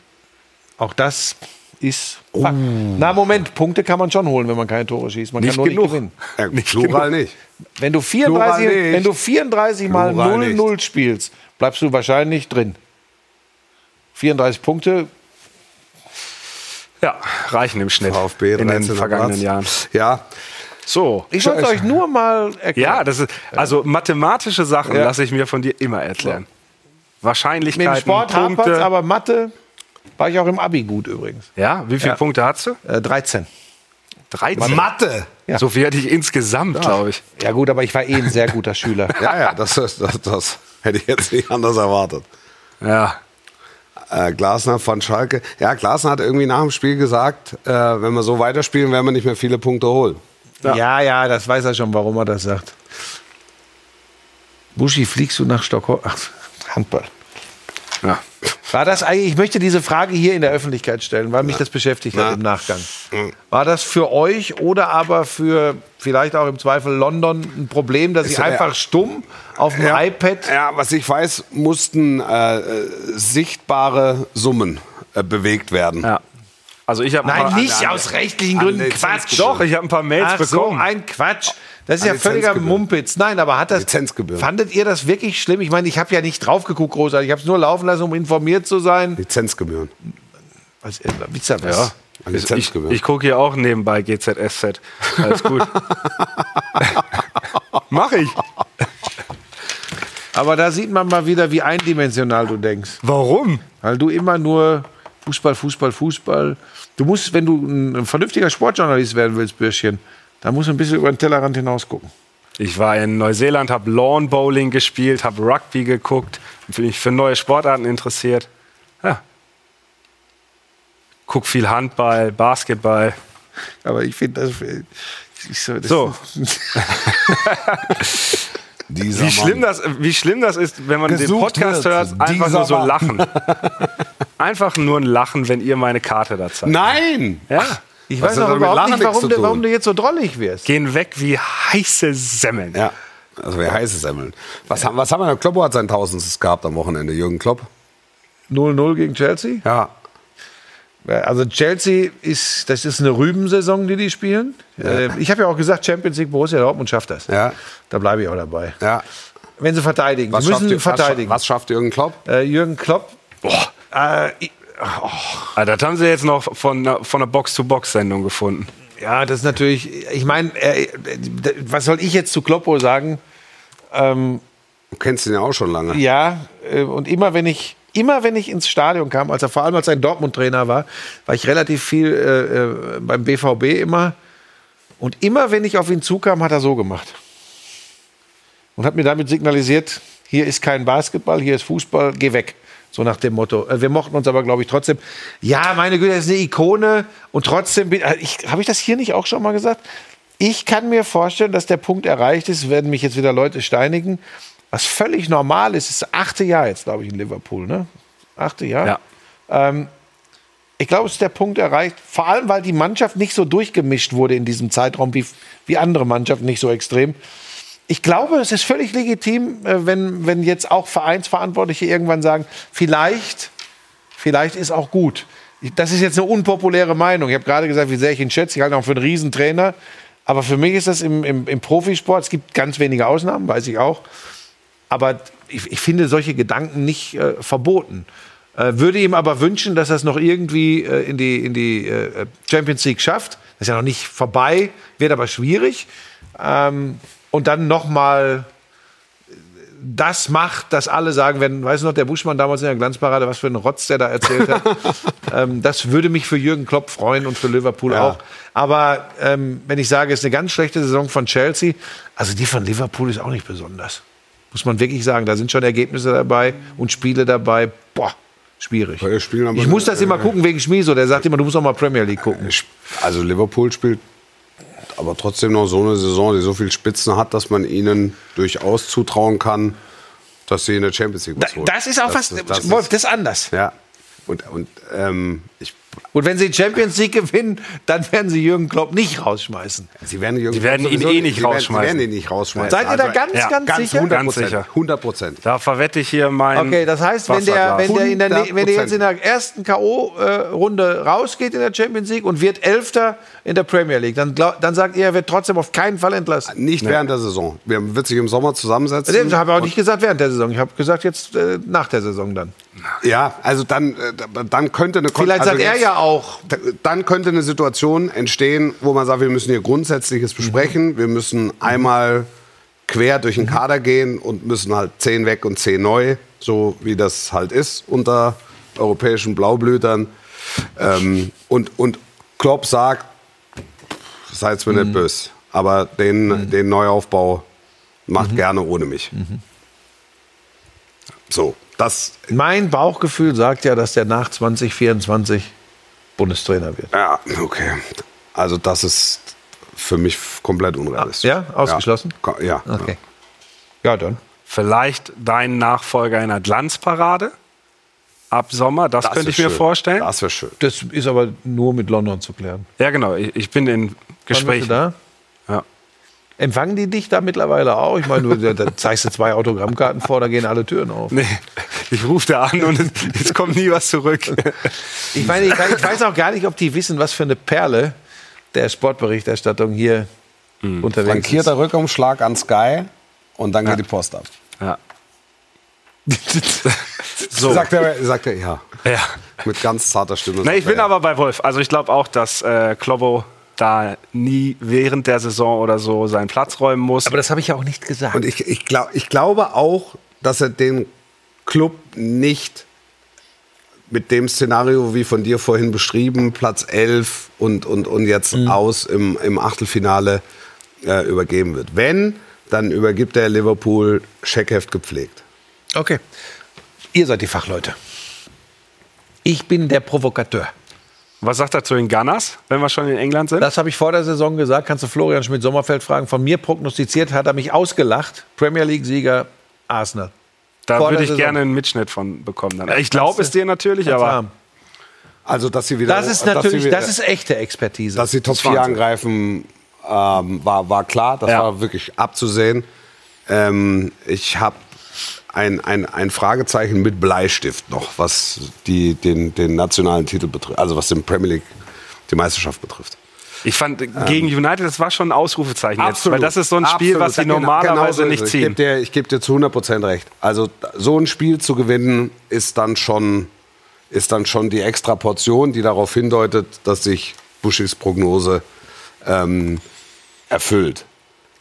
Speaker 2: Auch das ist.
Speaker 1: Oh.
Speaker 2: Fakt. Na, Moment, Punkte kann man schon holen, wenn man keine Tore schießt. Man
Speaker 3: Nicht
Speaker 2: kann nur
Speaker 3: genug.
Speaker 2: nicht gewinnen.
Speaker 1: Ja, Plural nicht.
Speaker 2: Wenn du
Speaker 1: Plural
Speaker 2: 34,
Speaker 1: nicht.
Speaker 2: wenn du 34 mal
Speaker 1: Plural
Speaker 2: 0-0 spielst, bleibst du wahrscheinlich drin. 34 Punkte.
Speaker 3: Ja, reichen im Schnitt
Speaker 1: VfB
Speaker 3: in
Speaker 1: 13.
Speaker 3: den vergangenen
Speaker 1: Platz.
Speaker 3: Jahren.
Speaker 1: Ja,
Speaker 3: So.
Speaker 2: Ich wollte es euch nur mal
Speaker 3: Ja,
Speaker 2: erklären.
Speaker 3: das ist, also mathematische Sachen
Speaker 2: Ja.
Speaker 3: lasse ich mir von dir immer erklären.
Speaker 2: Mit
Speaker 3: Wahrscheinlichkeiten,
Speaker 2: dem Sport hapert
Speaker 3: Punkte.
Speaker 2: aber Mathe. War ich auch im Abi gut übrigens.
Speaker 3: Ja, wie viele
Speaker 2: Ja.
Speaker 3: Punkte hast du?
Speaker 2: Äh, 13.
Speaker 3: 13.
Speaker 1: Mathe.
Speaker 2: Ja.
Speaker 3: So viel hatte ich insgesamt, glaube ich.
Speaker 2: Ja gut, aber ich war eh ein sehr guter Schüler.
Speaker 1: Ja, ja, das, das, das, das hätte ich jetzt nicht anders erwartet.
Speaker 3: Ja.
Speaker 1: Äh, Glasner von Schalke. Ja, Glasner hat irgendwie nach dem Spiel gesagt, äh, wenn wir so weiterspielen, werden wir nicht mehr viele Punkte holen.
Speaker 2: Ja. ja, das weiß er schon, warum er das sagt. Buschi, fliegst du nach Stockholm? Ach, Handball.
Speaker 3: ja.
Speaker 2: War das eigentlich, ich möchte diese Frage hier in der Öffentlichkeit stellen, weil mich das beschäftigt hat im Nachgang.
Speaker 1: Mhm.
Speaker 2: War das für euch oder aber für vielleicht auch im Zweifel London ein Problem, dass sie
Speaker 1: ja-
Speaker 2: einfach stumm auf dem
Speaker 1: Ja.
Speaker 2: iPad
Speaker 1: Ja, was ich weiß, mussten äh, äh, sichtbare Summen äh, bewegt werden.
Speaker 3: ja. Also ich habe
Speaker 2: Nein, nicht aus rechtlichen Gründen. Quatsch.
Speaker 3: Doch, ich habe ein paar Mails
Speaker 2: Ach so,
Speaker 3: bekommen.
Speaker 2: ein Quatsch. Das ist ja
Speaker 1: Lizenzgebühren.
Speaker 2: völliger Mumpitz. Nein, aber hat das.
Speaker 1: Lizenzgebühren.
Speaker 2: Fandet ihr das wirklich schlimm? Ich meine, ich habe ja nicht drauf geguckt, großartig. Ich habe es nur laufen lassen, um informiert zu sein.
Speaker 1: Lizenzgebühren.
Speaker 2: Was, äh, wisst ihr was?
Speaker 3: ja.
Speaker 1: An
Speaker 3: Ich, ich,
Speaker 1: Lizenzgebühren.
Speaker 3: ich gucke hier auch nebenbei GZSZ. Alles gut. Mach ich.
Speaker 2: Aber da sieht man mal wieder, wie eindimensional du denkst.
Speaker 3: Warum?
Speaker 2: Weil du immer nur Fußball, Fußball, Fußball. Du musst, wenn du ein vernünftiger Sportjournalist werden willst, Bürschchen, da musst du ein bisschen über den Tellerrand hinaus gucken.
Speaker 3: Ich war in Neuseeland, habe Lawn Bowling gespielt, habe Rugby geguckt, bin mich für neue Sportarten interessiert. Ja. Guck viel Handball, Basketball.
Speaker 2: Aber ich finde das. ich- das
Speaker 3: So.
Speaker 1: Dieser
Speaker 3: Wie schlimm,
Speaker 1: Mann.
Speaker 3: das, wie schlimm das ist, wenn man den
Speaker 1: Gesucht
Speaker 3: Podcast
Speaker 1: wird,
Speaker 3: hört, einfach
Speaker 1: dieser
Speaker 3: nur so
Speaker 1: Mann.
Speaker 3: lachen. Einfach nur ein Lachen, wenn ihr meine Karte da zeigt.
Speaker 1: Nein!
Speaker 3: Ja.
Speaker 2: Ich
Speaker 1: Was hat
Speaker 2: weiß noch
Speaker 1: das mit
Speaker 2: überhaupt
Speaker 1: Lachen
Speaker 2: nicht,
Speaker 1: nichts zu
Speaker 2: warum du,
Speaker 1: tun?
Speaker 2: warum du jetzt so drollig wirst.
Speaker 3: Gehen weg wie heiße Semmeln.
Speaker 1: Ja. Also wer heiße Semmeln. Was haben, was haben wir? Kloppo hat sein Tausendstes gehabt am Wochenende, Jürgen Klopp.
Speaker 2: 0-0 gegen Chelsea.
Speaker 1: Ja.
Speaker 2: Also Chelsea ist, das ist eine Rübensaison, die die spielen. Äh, Ich habe ja auch gesagt, Champions League, Borussia Dortmund schafft das.
Speaker 1: Ja.
Speaker 2: Da bleibe ich auch dabei.
Speaker 1: Ja.
Speaker 2: Wenn sie verteidigen, sie müssen
Speaker 1: Jür-
Speaker 2: verteidigen.
Speaker 1: Was, was schafft Jürgen Klopp?
Speaker 2: Äh, Jürgen Klopp.
Speaker 3: Boah.
Speaker 2: Äh, ich-
Speaker 3: Ah, Das haben sie jetzt noch von, einer- von einer Box-to-Box-Sendung gefunden.
Speaker 2: ja, das ist natürlich. Ich meine, äh, was soll ich jetzt zu Kloppo sagen? Ähm,
Speaker 1: Du kennst ihn ja auch schon lange.
Speaker 2: Ja, äh, und immer wenn ich immer wenn ich ins Stadion kam, als er vor allem als ein Dortmund-Trainer war, war ich relativ viel äh, äh, beim BVB immer. Und immer wenn ich auf ihn zukam, hat er so gemacht und hat mir damit signalisiert: Hier ist kein Basketball, hier ist Fußball, geh weg. So nach dem Motto. Äh, Wir mochten uns aber, glaube ich, trotzdem. Ja, meine Güte, er ist eine Ikone und trotzdem. bin- äh, ich- Habe ich das hier nicht auch schon mal gesagt? Ich kann mir vorstellen, dass der Punkt erreicht ist, werden mich jetzt wieder Leute steinigen. Was völlig normal ist, ist das achte Jahr jetzt, glaube ich, in Liverpool, ne? Achte Jahr.
Speaker 3: Ja.
Speaker 2: Ähm, ich glaube, es ist der Punkt erreicht, vor allem, weil die Mannschaft nicht so durchgemischt wurde in diesem Zeitraum wie, wie andere Mannschaften, nicht so extrem. Ich glaube, es ist völlig legitim, äh, wenn, wenn jetzt auch Vereinsverantwortliche irgendwann sagen, vielleicht, vielleicht ist auch gut. Ich- Das ist jetzt eine unpopuläre Meinung. Ich habe gerade gesagt, wie sehr ich ihn schätze. Ich halte ihn auch für einen Riesentrainer. Aber für mich ist das im, im, im Profisport, es gibt ganz wenige Ausnahmen, weiß ich auch. Aber ich, ich finde solche Gedanken nicht äh, verboten. Äh, würde ihm aber wünschen, dass er es noch irgendwie äh, in die, in die äh, Champions League schafft. Das ist ja noch nicht vorbei, wird aber schwierig. Ähm, und dann nochmal das macht, dass alle sagen werden, weißt du noch, der Buschmann damals in der Glanzparade, was für einen Rotz der da erzählt hat. ähm, das würde mich für Jürgen Klopp freuen und für Liverpool
Speaker 1: Ja.
Speaker 2: auch. Aber ähm, wenn ich sage, es ist eine ganz schlechte Saison von Chelsea, also die von Liverpool ist auch nicht besonders. Muss man wirklich sagen, da sind schon Ergebnisse dabei und Spiele dabei. Boah, schwierig.
Speaker 1: Wir spielen aber- äh,
Speaker 2: Ich muss das immer gucken wegen Schmieso, der sagt immer, du musst auch mal Premier League gucken.
Speaker 1: Also Liverpool spielt aber trotzdem noch so eine Saison, die so viel Spitzen hat, dass man ihnen durchaus zutrauen kann, dass sie in der Champions League
Speaker 2: Da-
Speaker 1: was holen.
Speaker 2: Das ist auch was,
Speaker 1: ist- das
Speaker 2: Wolf,
Speaker 1: ist,
Speaker 2: das ist anders.
Speaker 1: ja. Und, und ähm, ich,
Speaker 2: Und wenn sie Champions League gewinnen, dann werden sie Jürgen Klopp nicht rausschmeißen.
Speaker 1: sie werden, irgendwie
Speaker 3: Die werden ihn
Speaker 1: sowieso-
Speaker 3: eh nicht
Speaker 1: sie werden-
Speaker 3: rausschmeißen.
Speaker 1: Sie werden ihn nicht rausschmeißen.
Speaker 2: Seid ihr da ganz,
Speaker 3: ja,
Speaker 2: ganz,
Speaker 1: also, ganz
Speaker 2: sicher?
Speaker 1: 100
Speaker 3: Ganz sicher.
Speaker 1: Prozent. 100 Prozent.
Speaker 3: Da verwette ich hier meinen.
Speaker 2: Okay, das heißt, wenn der, wenn der, in der, wenn der jetzt in der ersten K.O.-Runde rausgeht in der Champions League und wird Elfter in der Premier League, dann, glaub, dann sagt ihr, er wird trotzdem auf keinen Fall entlassen. Also,
Speaker 1: Nicht während der Saison. Wir wird sich im Sommer zusammensetzen.
Speaker 2: Ich habe auch nicht gesagt während der Saison, ich habe gesagt jetzt äh, nach der Saison dann.
Speaker 1: Ja, also dann, äh, dann könnte eine Kon-
Speaker 2: Vielleicht
Speaker 1: also
Speaker 2: sagt er
Speaker 1: jetzt-
Speaker 2: ja auch,
Speaker 1: Da- dann könnte eine Situation entstehen, wo man sagt, wir müssen hier Grundsätzliches besprechen. Wir müssen einmal quer durch den Kader gehen und müssen halt zehn weg und zehn neu, so wie das halt ist unter europäischen Blaublütern. Ähm, und, und Klopp sagt, seid mir nicht böse, aber den, den Neuaufbau macht gerne ohne mich. So, das,
Speaker 2: Mein Bauchgefühl sagt ja, dass der nach 2024 Bundestrainer wird.
Speaker 1: ja, okay. Also das ist für mich komplett unrealistisch.
Speaker 2: Ja? Ausgeschlossen?
Speaker 1: Ja, ja.
Speaker 2: Okay. Ja, dann.
Speaker 3: Vielleicht deinen Nachfolger in der Glanzparade ab Sommer, das,
Speaker 1: Das
Speaker 3: könnte
Speaker 1: wär
Speaker 3: ich mir
Speaker 1: schön.
Speaker 3: vorstellen.
Speaker 1: Das wäre schön.
Speaker 2: Das ist aber nur mit London zu klären.
Speaker 3: Ja, genau, ich, ich bin in
Speaker 2: Wann bist du
Speaker 3: Gesprächen.
Speaker 2: da?
Speaker 3: Ja.
Speaker 2: Empfangen die dich da mittlerweile auch? Ich meine, du da- da zeigst du zwei Autogrammkarten vor, da gehen alle Türen auf.
Speaker 3: Nee, ich rufe da an und es, es kommt nie was zurück.
Speaker 2: Ich meine, ich, ich weiß auch gar nicht, ob die wissen, was für eine Perle der Sportberichterstattung hier unterwegs ist.
Speaker 1: Flankierter Rückumschlag an Sky und dann geht die Post ab.
Speaker 3: Ja. so.
Speaker 1: Sagt, er, sagt er ja.
Speaker 3: ja.
Speaker 1: Mit ganz zarter Stimme.
Speaker 3: Na,
Speaker 1: sagt
Speaker 3: ich bin
Speaker 1: er,
Speaker 3: aber bei Wolf. Also ich glaube auch, dass äh, Klobbo da nie während der Saison oder so seinen Platz räumen muss.
Speaker 2: das habe ich ja auch nicht gesagt.
Speaker 1: Und ich, ich, glaub, ich glaube auch, dass er den Club nicht mit dem Szenario, wie von dir vorhin beschrieben, Platz 11 und, und, und jetzt
Speaker 2: Mhm.
Speaker 1: aus im, im Achtelfinale äh, übergeben wird. Wenn, dann übergibt er Liverpool Scheckheft gepflegt.
Speaker 2: okay. Ihr seid die Fachleute. Ich bin der Provokateur.
Speaker 3: was sagt er zu den Gunners, wenn wir schon in England sind?
Speaker 2: Das habe ich vor der Saison gesagt. Kannst du Florian Schmidt-Sommerfeld fragen? Von mir prognostiziert hat er mich ausgelacht. Premier League-Sieger Arsenal.
Speaker 3: da
Speaker 2: vor der
Speaker 3: würde ich
Speaker 2: Saison.
Speaker 3: gerne einen Mitschnitt von bekommen. Dann. Ich glaube es dir natürlich,
Speaker 2: Kannst du
Speaker 3: aber
Speaker 2: haben.
Speaker 1: Also, dass sie wieder.
Speaker 2: Das ist
Speaker 1: dass sie
Speaker 2: natürlich,
Speaker 1: wieder-
Speaker 2: das ist echte Expertise.
Speaker 1: Dass sie Top
Speaker 3: ist
Speaker 1: 4
Speaker 3: Wahnsinn.
Speaker 1: angreifen, ähm, war, war klar. Das
Speaker 3: Ja.
Speaker 1: war wirklich abzusehen. Ähm, ich habe ein, ein, ein Fragezeichen mit Bleistift noch, was die, den, den nationalen Titel betrifft, also was den Premier League, die Meisterschaft betrifft.
Speaker 3: ich fand gegen United, das war schon ein Ausrufezeichen jetzt. Weil das ist so ein Spiel,
Speaker 1: Ähm, Absolut.
Speaker 3: was sie
Speaker 1: Ja, genau- genauso
Speaker 3: normalerweise
Speaker 1: ist
Speaker 3: nicht
Speaker 1: es. Ich gebe
Speaker 3: ziehen.
Speaker 1: dir, ich geb dir zu 100% recht. Also da- so ein Spiel zu gewinnen, ist dann schon, ist dann schon die extra Portion, die darauf hindeutet, dass sich Buschis Prognose ähm, erfüllt.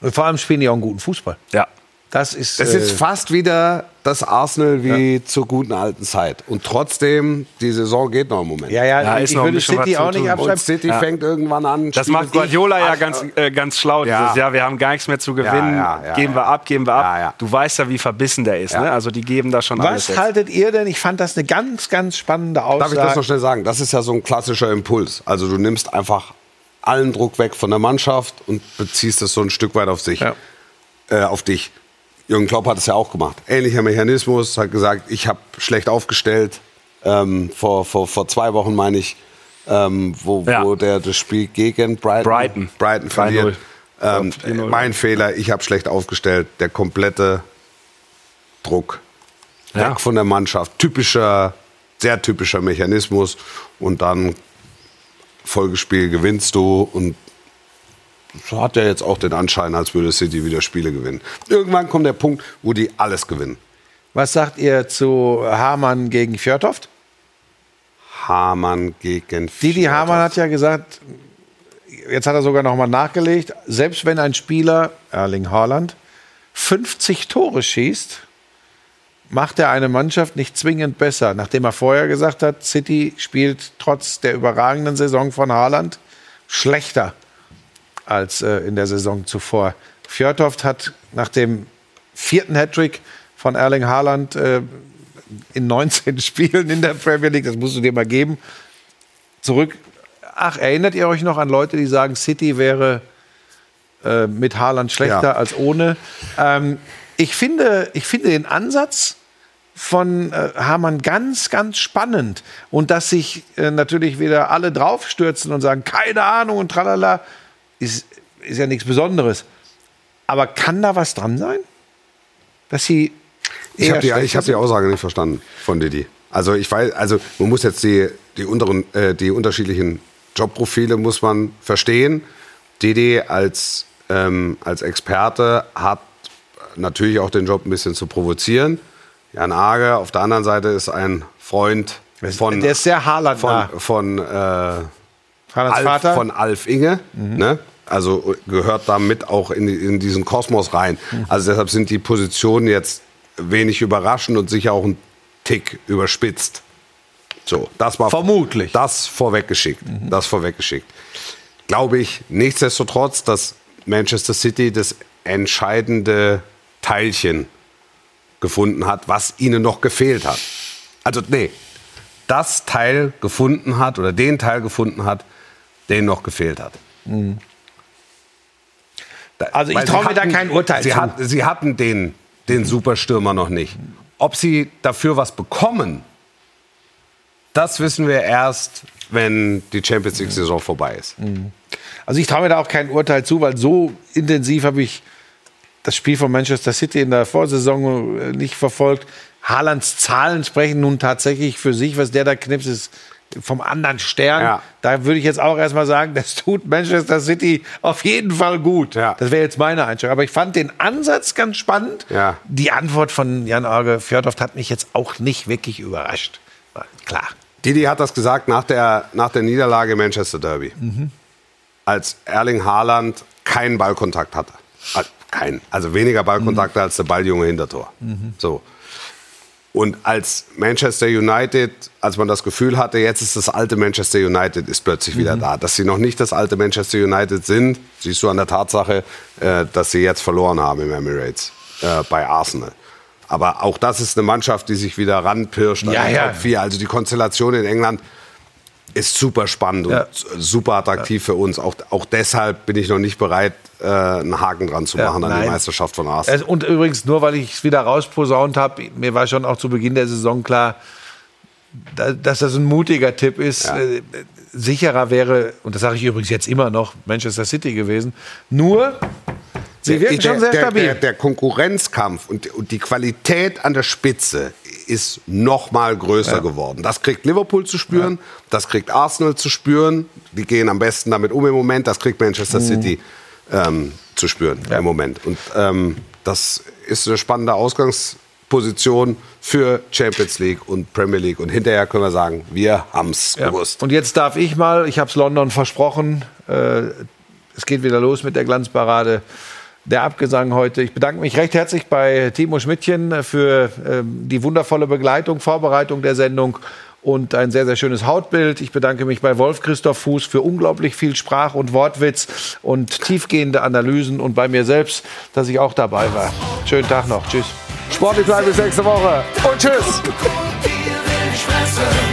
Speaker 2: Und vor allem spielen die auch einen guten Fußball.
Speaker 3: Ja.
Speaker 2: Das ist.
Speaker 1: Es
Speaker 2: äh,
Speaker 1: ist fast wieder das Arsenal wie zur guten alten Zeit. Und trotzdem, die Saison geht noch im Moment.
Speaker 2: ja, ja,
Speaker 3: Ja,
Speaker 2: ich,
Speaker 3: ist
Speaker 2: ich
Speaker 3: noch ein
Speaker 2: würde
Speaker 3: bisschen
Speaker 2: City
Speaker 3: was zu
Speaker 2: auch nicht
Speaker 3: tun.
Speaker 1: Und
Speaker 2: abschreiben.
Speaker 1: City fängt irgendwann an.
Speaker 3: Das
Speaker 1: Spiele
Speaker 3: macht Guardiola
Speaker 1: gegen-
Speaker 3: ja ganz, äh, ganz schlau
Speaker 1: Ja.
Speaker 3: dieses Jahr. Wir haben gar nichts mehr zu gewinnen.
Speaker 1: Ja, ja, ja,
Speaker 3: geben wir
Speaker 1: ja.
Speaker 3: ab, geben wir ab.
Speaker 1: Ja, ja.
Speaker 3: Du weißt ja, wie verbissen der ist. Ne? Also die geben da schon alles.
Speaker 2: Was
Speaker 3: jetzt.
Speaker 1: halt
Speaker 2: haltet ihr denn? Ich fand das eine ganz, ganz spannende
Speaker 1: Darf
Speaker 2: Aussage.
Speaker 1: ich das noch schnell sagen? Das ist ja so ein klassischer Impuls. Also du nimmst einfach allen Druck weg von der Mannschaft und beziehst es so ein Stück weit auf sich,
Speaker 2: Ja.
Speaker 1: äh, auf dich. Jürgen Klopp hat es ja auch gemacht. Ähnlicher Mechanismus, hat gesagt, ich habe schlecht aufgestellt. Ähm, vor, vor, vor zwei Wochen meine ich, ähm, wo,
Speaker 3: Ja.
Speaker 1: wo der das Spiel gegen Brighton,
Speaker 3: Brighton.
Speaker 1: Brighton
Speaker 3: 3-0.
Speaker 1: verliert. Ähm,
Speaker 3: Ja, 4-0.
Speaker 1: mein Fehler, ich habe schlecht aufgestellt. Der komplette Druck
Speaker 3: Ja.
Speaker 1: weg von der Mannschaft. Typischer, sehr typischer Mechanismus. Und dann Folgespiel gewinnst du und so hat er jetzt auch den Anschein, als würde City wieder Spiele gewinnen. Irgendwann kommt der Punkt, wo die alles gewinnen.
Speaker 2: Was sagt ihr zu Hamann gegen Fjordhoft?
Speaker 1: Hamann gegen
Speaker 2: Didi
Speaker 1: Vierter.
Speaker 2: Hamann hat ja gesagt, jetzt hat er sogar noch mal nachgelegt, selbst wenn ein Spieler, Erling Haaland, 50 Tore schießt, macht er eine Mannschaft nicht zwingend besser. Nachdem er vorher gesagt hat, City spielt trotz der überragenden Saison von Haaland schlechter als äh, in der Saison zuvor. Fjordhoft hat nach dem vierten Hattrick von Erling Haaland äh, in 19 Spielen in der Premier League, das musst du dir mal geben, zurück. Ach, erinnert ihr euch noch an Leute, die sagen, City wäre äh, mit Haaland schlechter
Speaker 1: Ja.
Speaker 2: als ohne? Ähm, ich, finde, ich finde den Ansatz von äh, Hamann ganz, ganz spannend. Und dass sich äh, natürlich wieder alle draufstürzen und sagen, keine Ahnung und tralala, ist, ist ja nichts Besonderes. Aber kann da was dran sein? Dass sie.
Speaker 1: Ich habe
Speaker 2: eher
Speaker 1: die,
Speaker 2: schlechter
Speaker 1: ich hab die
Speaker 2: sind?
Speaker 1: Aussage nicht verstanden von Didi. Also ich weiß, also man muss jetzt die, die, unteren, äh, die unterschiedlichen Jobprofile muss man verstehen. Didi als, ähm, als Experte hat natürlich auch den Job ein bisschen zu provozieren. Jan Arge auf der anderen Seite ist ein Freund von,
Speaker 2: Der ist sehr Haaland.
Speaker 1: von, von äh,
Speaker 2: Haalands
Speaker 1: Alf,
Speaker 2: Vater. Mhm.
Speaker 1: von Alf Inge. Ne? Also gehört damit auch in, in diesen Kosmos rein.
Speaker 2: Mhm.
Speaker 1: Also deshalb sind die Positionen jetzt wenig überraschend und sicher auch ein Tick überspitzt. So, das mal
Speaker 2: Vermutlich. Mhm.
Speaker 1: Das vorweggeschickt. Das vorweggeschickt. Glaube ich nichtsdestotrotz, dass Manchester City das entscheidende Teilchen gefunden hat, was ihnen noch gefehlt hat. Also, nee, das Teil gefunden hat oder den Teil gefunden hat, den noch gefehlt hat. Da-
Speaker 2: Mhm. Also ich
Speaker 1: weil sie
Speaker 2: traue mir da
Speaker 1: hatten-
Speaker 2: kein Urteil
Speaker 1: sie
Speaker 2: zu. Mhm.
Speaker 1: Hat, sie hatten den, den Superstürmer noch nicht. Ob sie dafür was bekommen, das wissen wir erst, wenn die Champions League-Saison vorbei ist.
Speaker 2: Also ich traue mir da auch kein Urteil zu, weil so intensiv habe ich das Spiel von Manchester City in der Vorsaison äh, nicht verfolgt. Haalands Zahlen sprechen nun tatsächlich für sich, was der da knipst, ist vom anderen Stern.
Speaker 1: Ja.
Speaker 2: Da würde ich jetzt auch erstmal sagen, das tut Manchester City auf jeden Fall gut.
Speaker 1: Ja.
Speaker 2: Das wäre jetzt meine Einstellung. Aber ich fand den Ansatz ganz spannend.
Speaker 1: Ja.
Speaker 2: Die Antwort von Jan-Arge Fjordhoft hat mich jetzt auch nicht wirklich überrascht. Klar.
Speaker 1: Didi hat das gesagt nach der, nach der Niederlage im Manchester Derby.
Speaker 2: Mhm.
Speaker 1: Als Erling Haaland keinen Ballkontakt hatte. Also, kein, also weniger Ballkontakte als der Balljunge hinter Tor. So. Und als Manchester United, als man das Gefühl hatte, jetzt ist das alte Manchester United ist plötzlich
Speaker 2: Mhm.
Speaker 1: wieder da. Dass sie noch nicht das alte Manchester United sind, siehst du an der Tatsache, äh, dass sie jetzt verloren haben im Emirates äh, bei Arsenal. Aber auch das ist eine Mannschaft, die sich wieder ranpirscht an
Speaker 2: Ja,
Speaker 1: die
Speaker 2: ja.
Speaker 1: Top 4. Also die Konstellation in England ist super spannend
Speaker 2: Ja.
Speaker 1: und s- super attraktiv für uns. Auch, auch deshalb bin ich noch nicht bereit, äh, einen Haken dran zu
Speaker 2: Ja,
Speaker 1: machen an die
Speaker 2: nein.
Speaker 1: Meisterschaft von Arsenal.
Speaker 2: Es- Und übrigens, nur weil ich es wieder rausposaunt habe, mir war schon auch zu Beginn der Saison klar, da- dass das ein mutiger Tipp ist. Äh, Sicherer wäre, und das sage ich übrigens jetzt immer noch, Manchester City gewesen. Nur, sie wirken
Speaker 1: der,
Speaker 2: schon sehr
Speaker 1: der,
Speaker 2: stabil.
Speaker 1: Der, der Konkurrenzkampf und, und die Qualität an der Spitze ist noch mal größer geworden. Das kriegt Liverpool zu spüren, das kriegt Arsenal zu spüren. Die gehen am besten damit um im Moment. Das kriegt
Speaker 2: Mhm.
Speaker 1: Manchester City ähm, zu spüren im Moment. Und ähm, das ist eine spannende Ausgangsposition für Champions League und Premier League. Und hinterher können wir sagen, wir haben's
Speaker 2: Ja.
Speaker 1: gewusst.
Speaker 2: Und jetzt darf ich mal, ich habe es London versprochen, äh, es geht wieder los mit der Glanzparade. Der Abgesang heute. Ich bedanke mich recht herzlich bei Timo Schmidtchen äh, für ähm, die wundervolle Begleitung, Vorbereitung der Sendung und ein sehr, sehr schönes Hautbild. Ich bedanke mich bei Wolf Christoph Fuß für unglaublich viel Sprach- und Wortwitz und tiefgehende Analysen und bei mir selbst, dass ich auch dabei war. Schönen Tag noch. Tschüss.
Speaker 1: Sportlich bleiben bis nächste Woche und tschüss.
Speaker 6: Tschüss.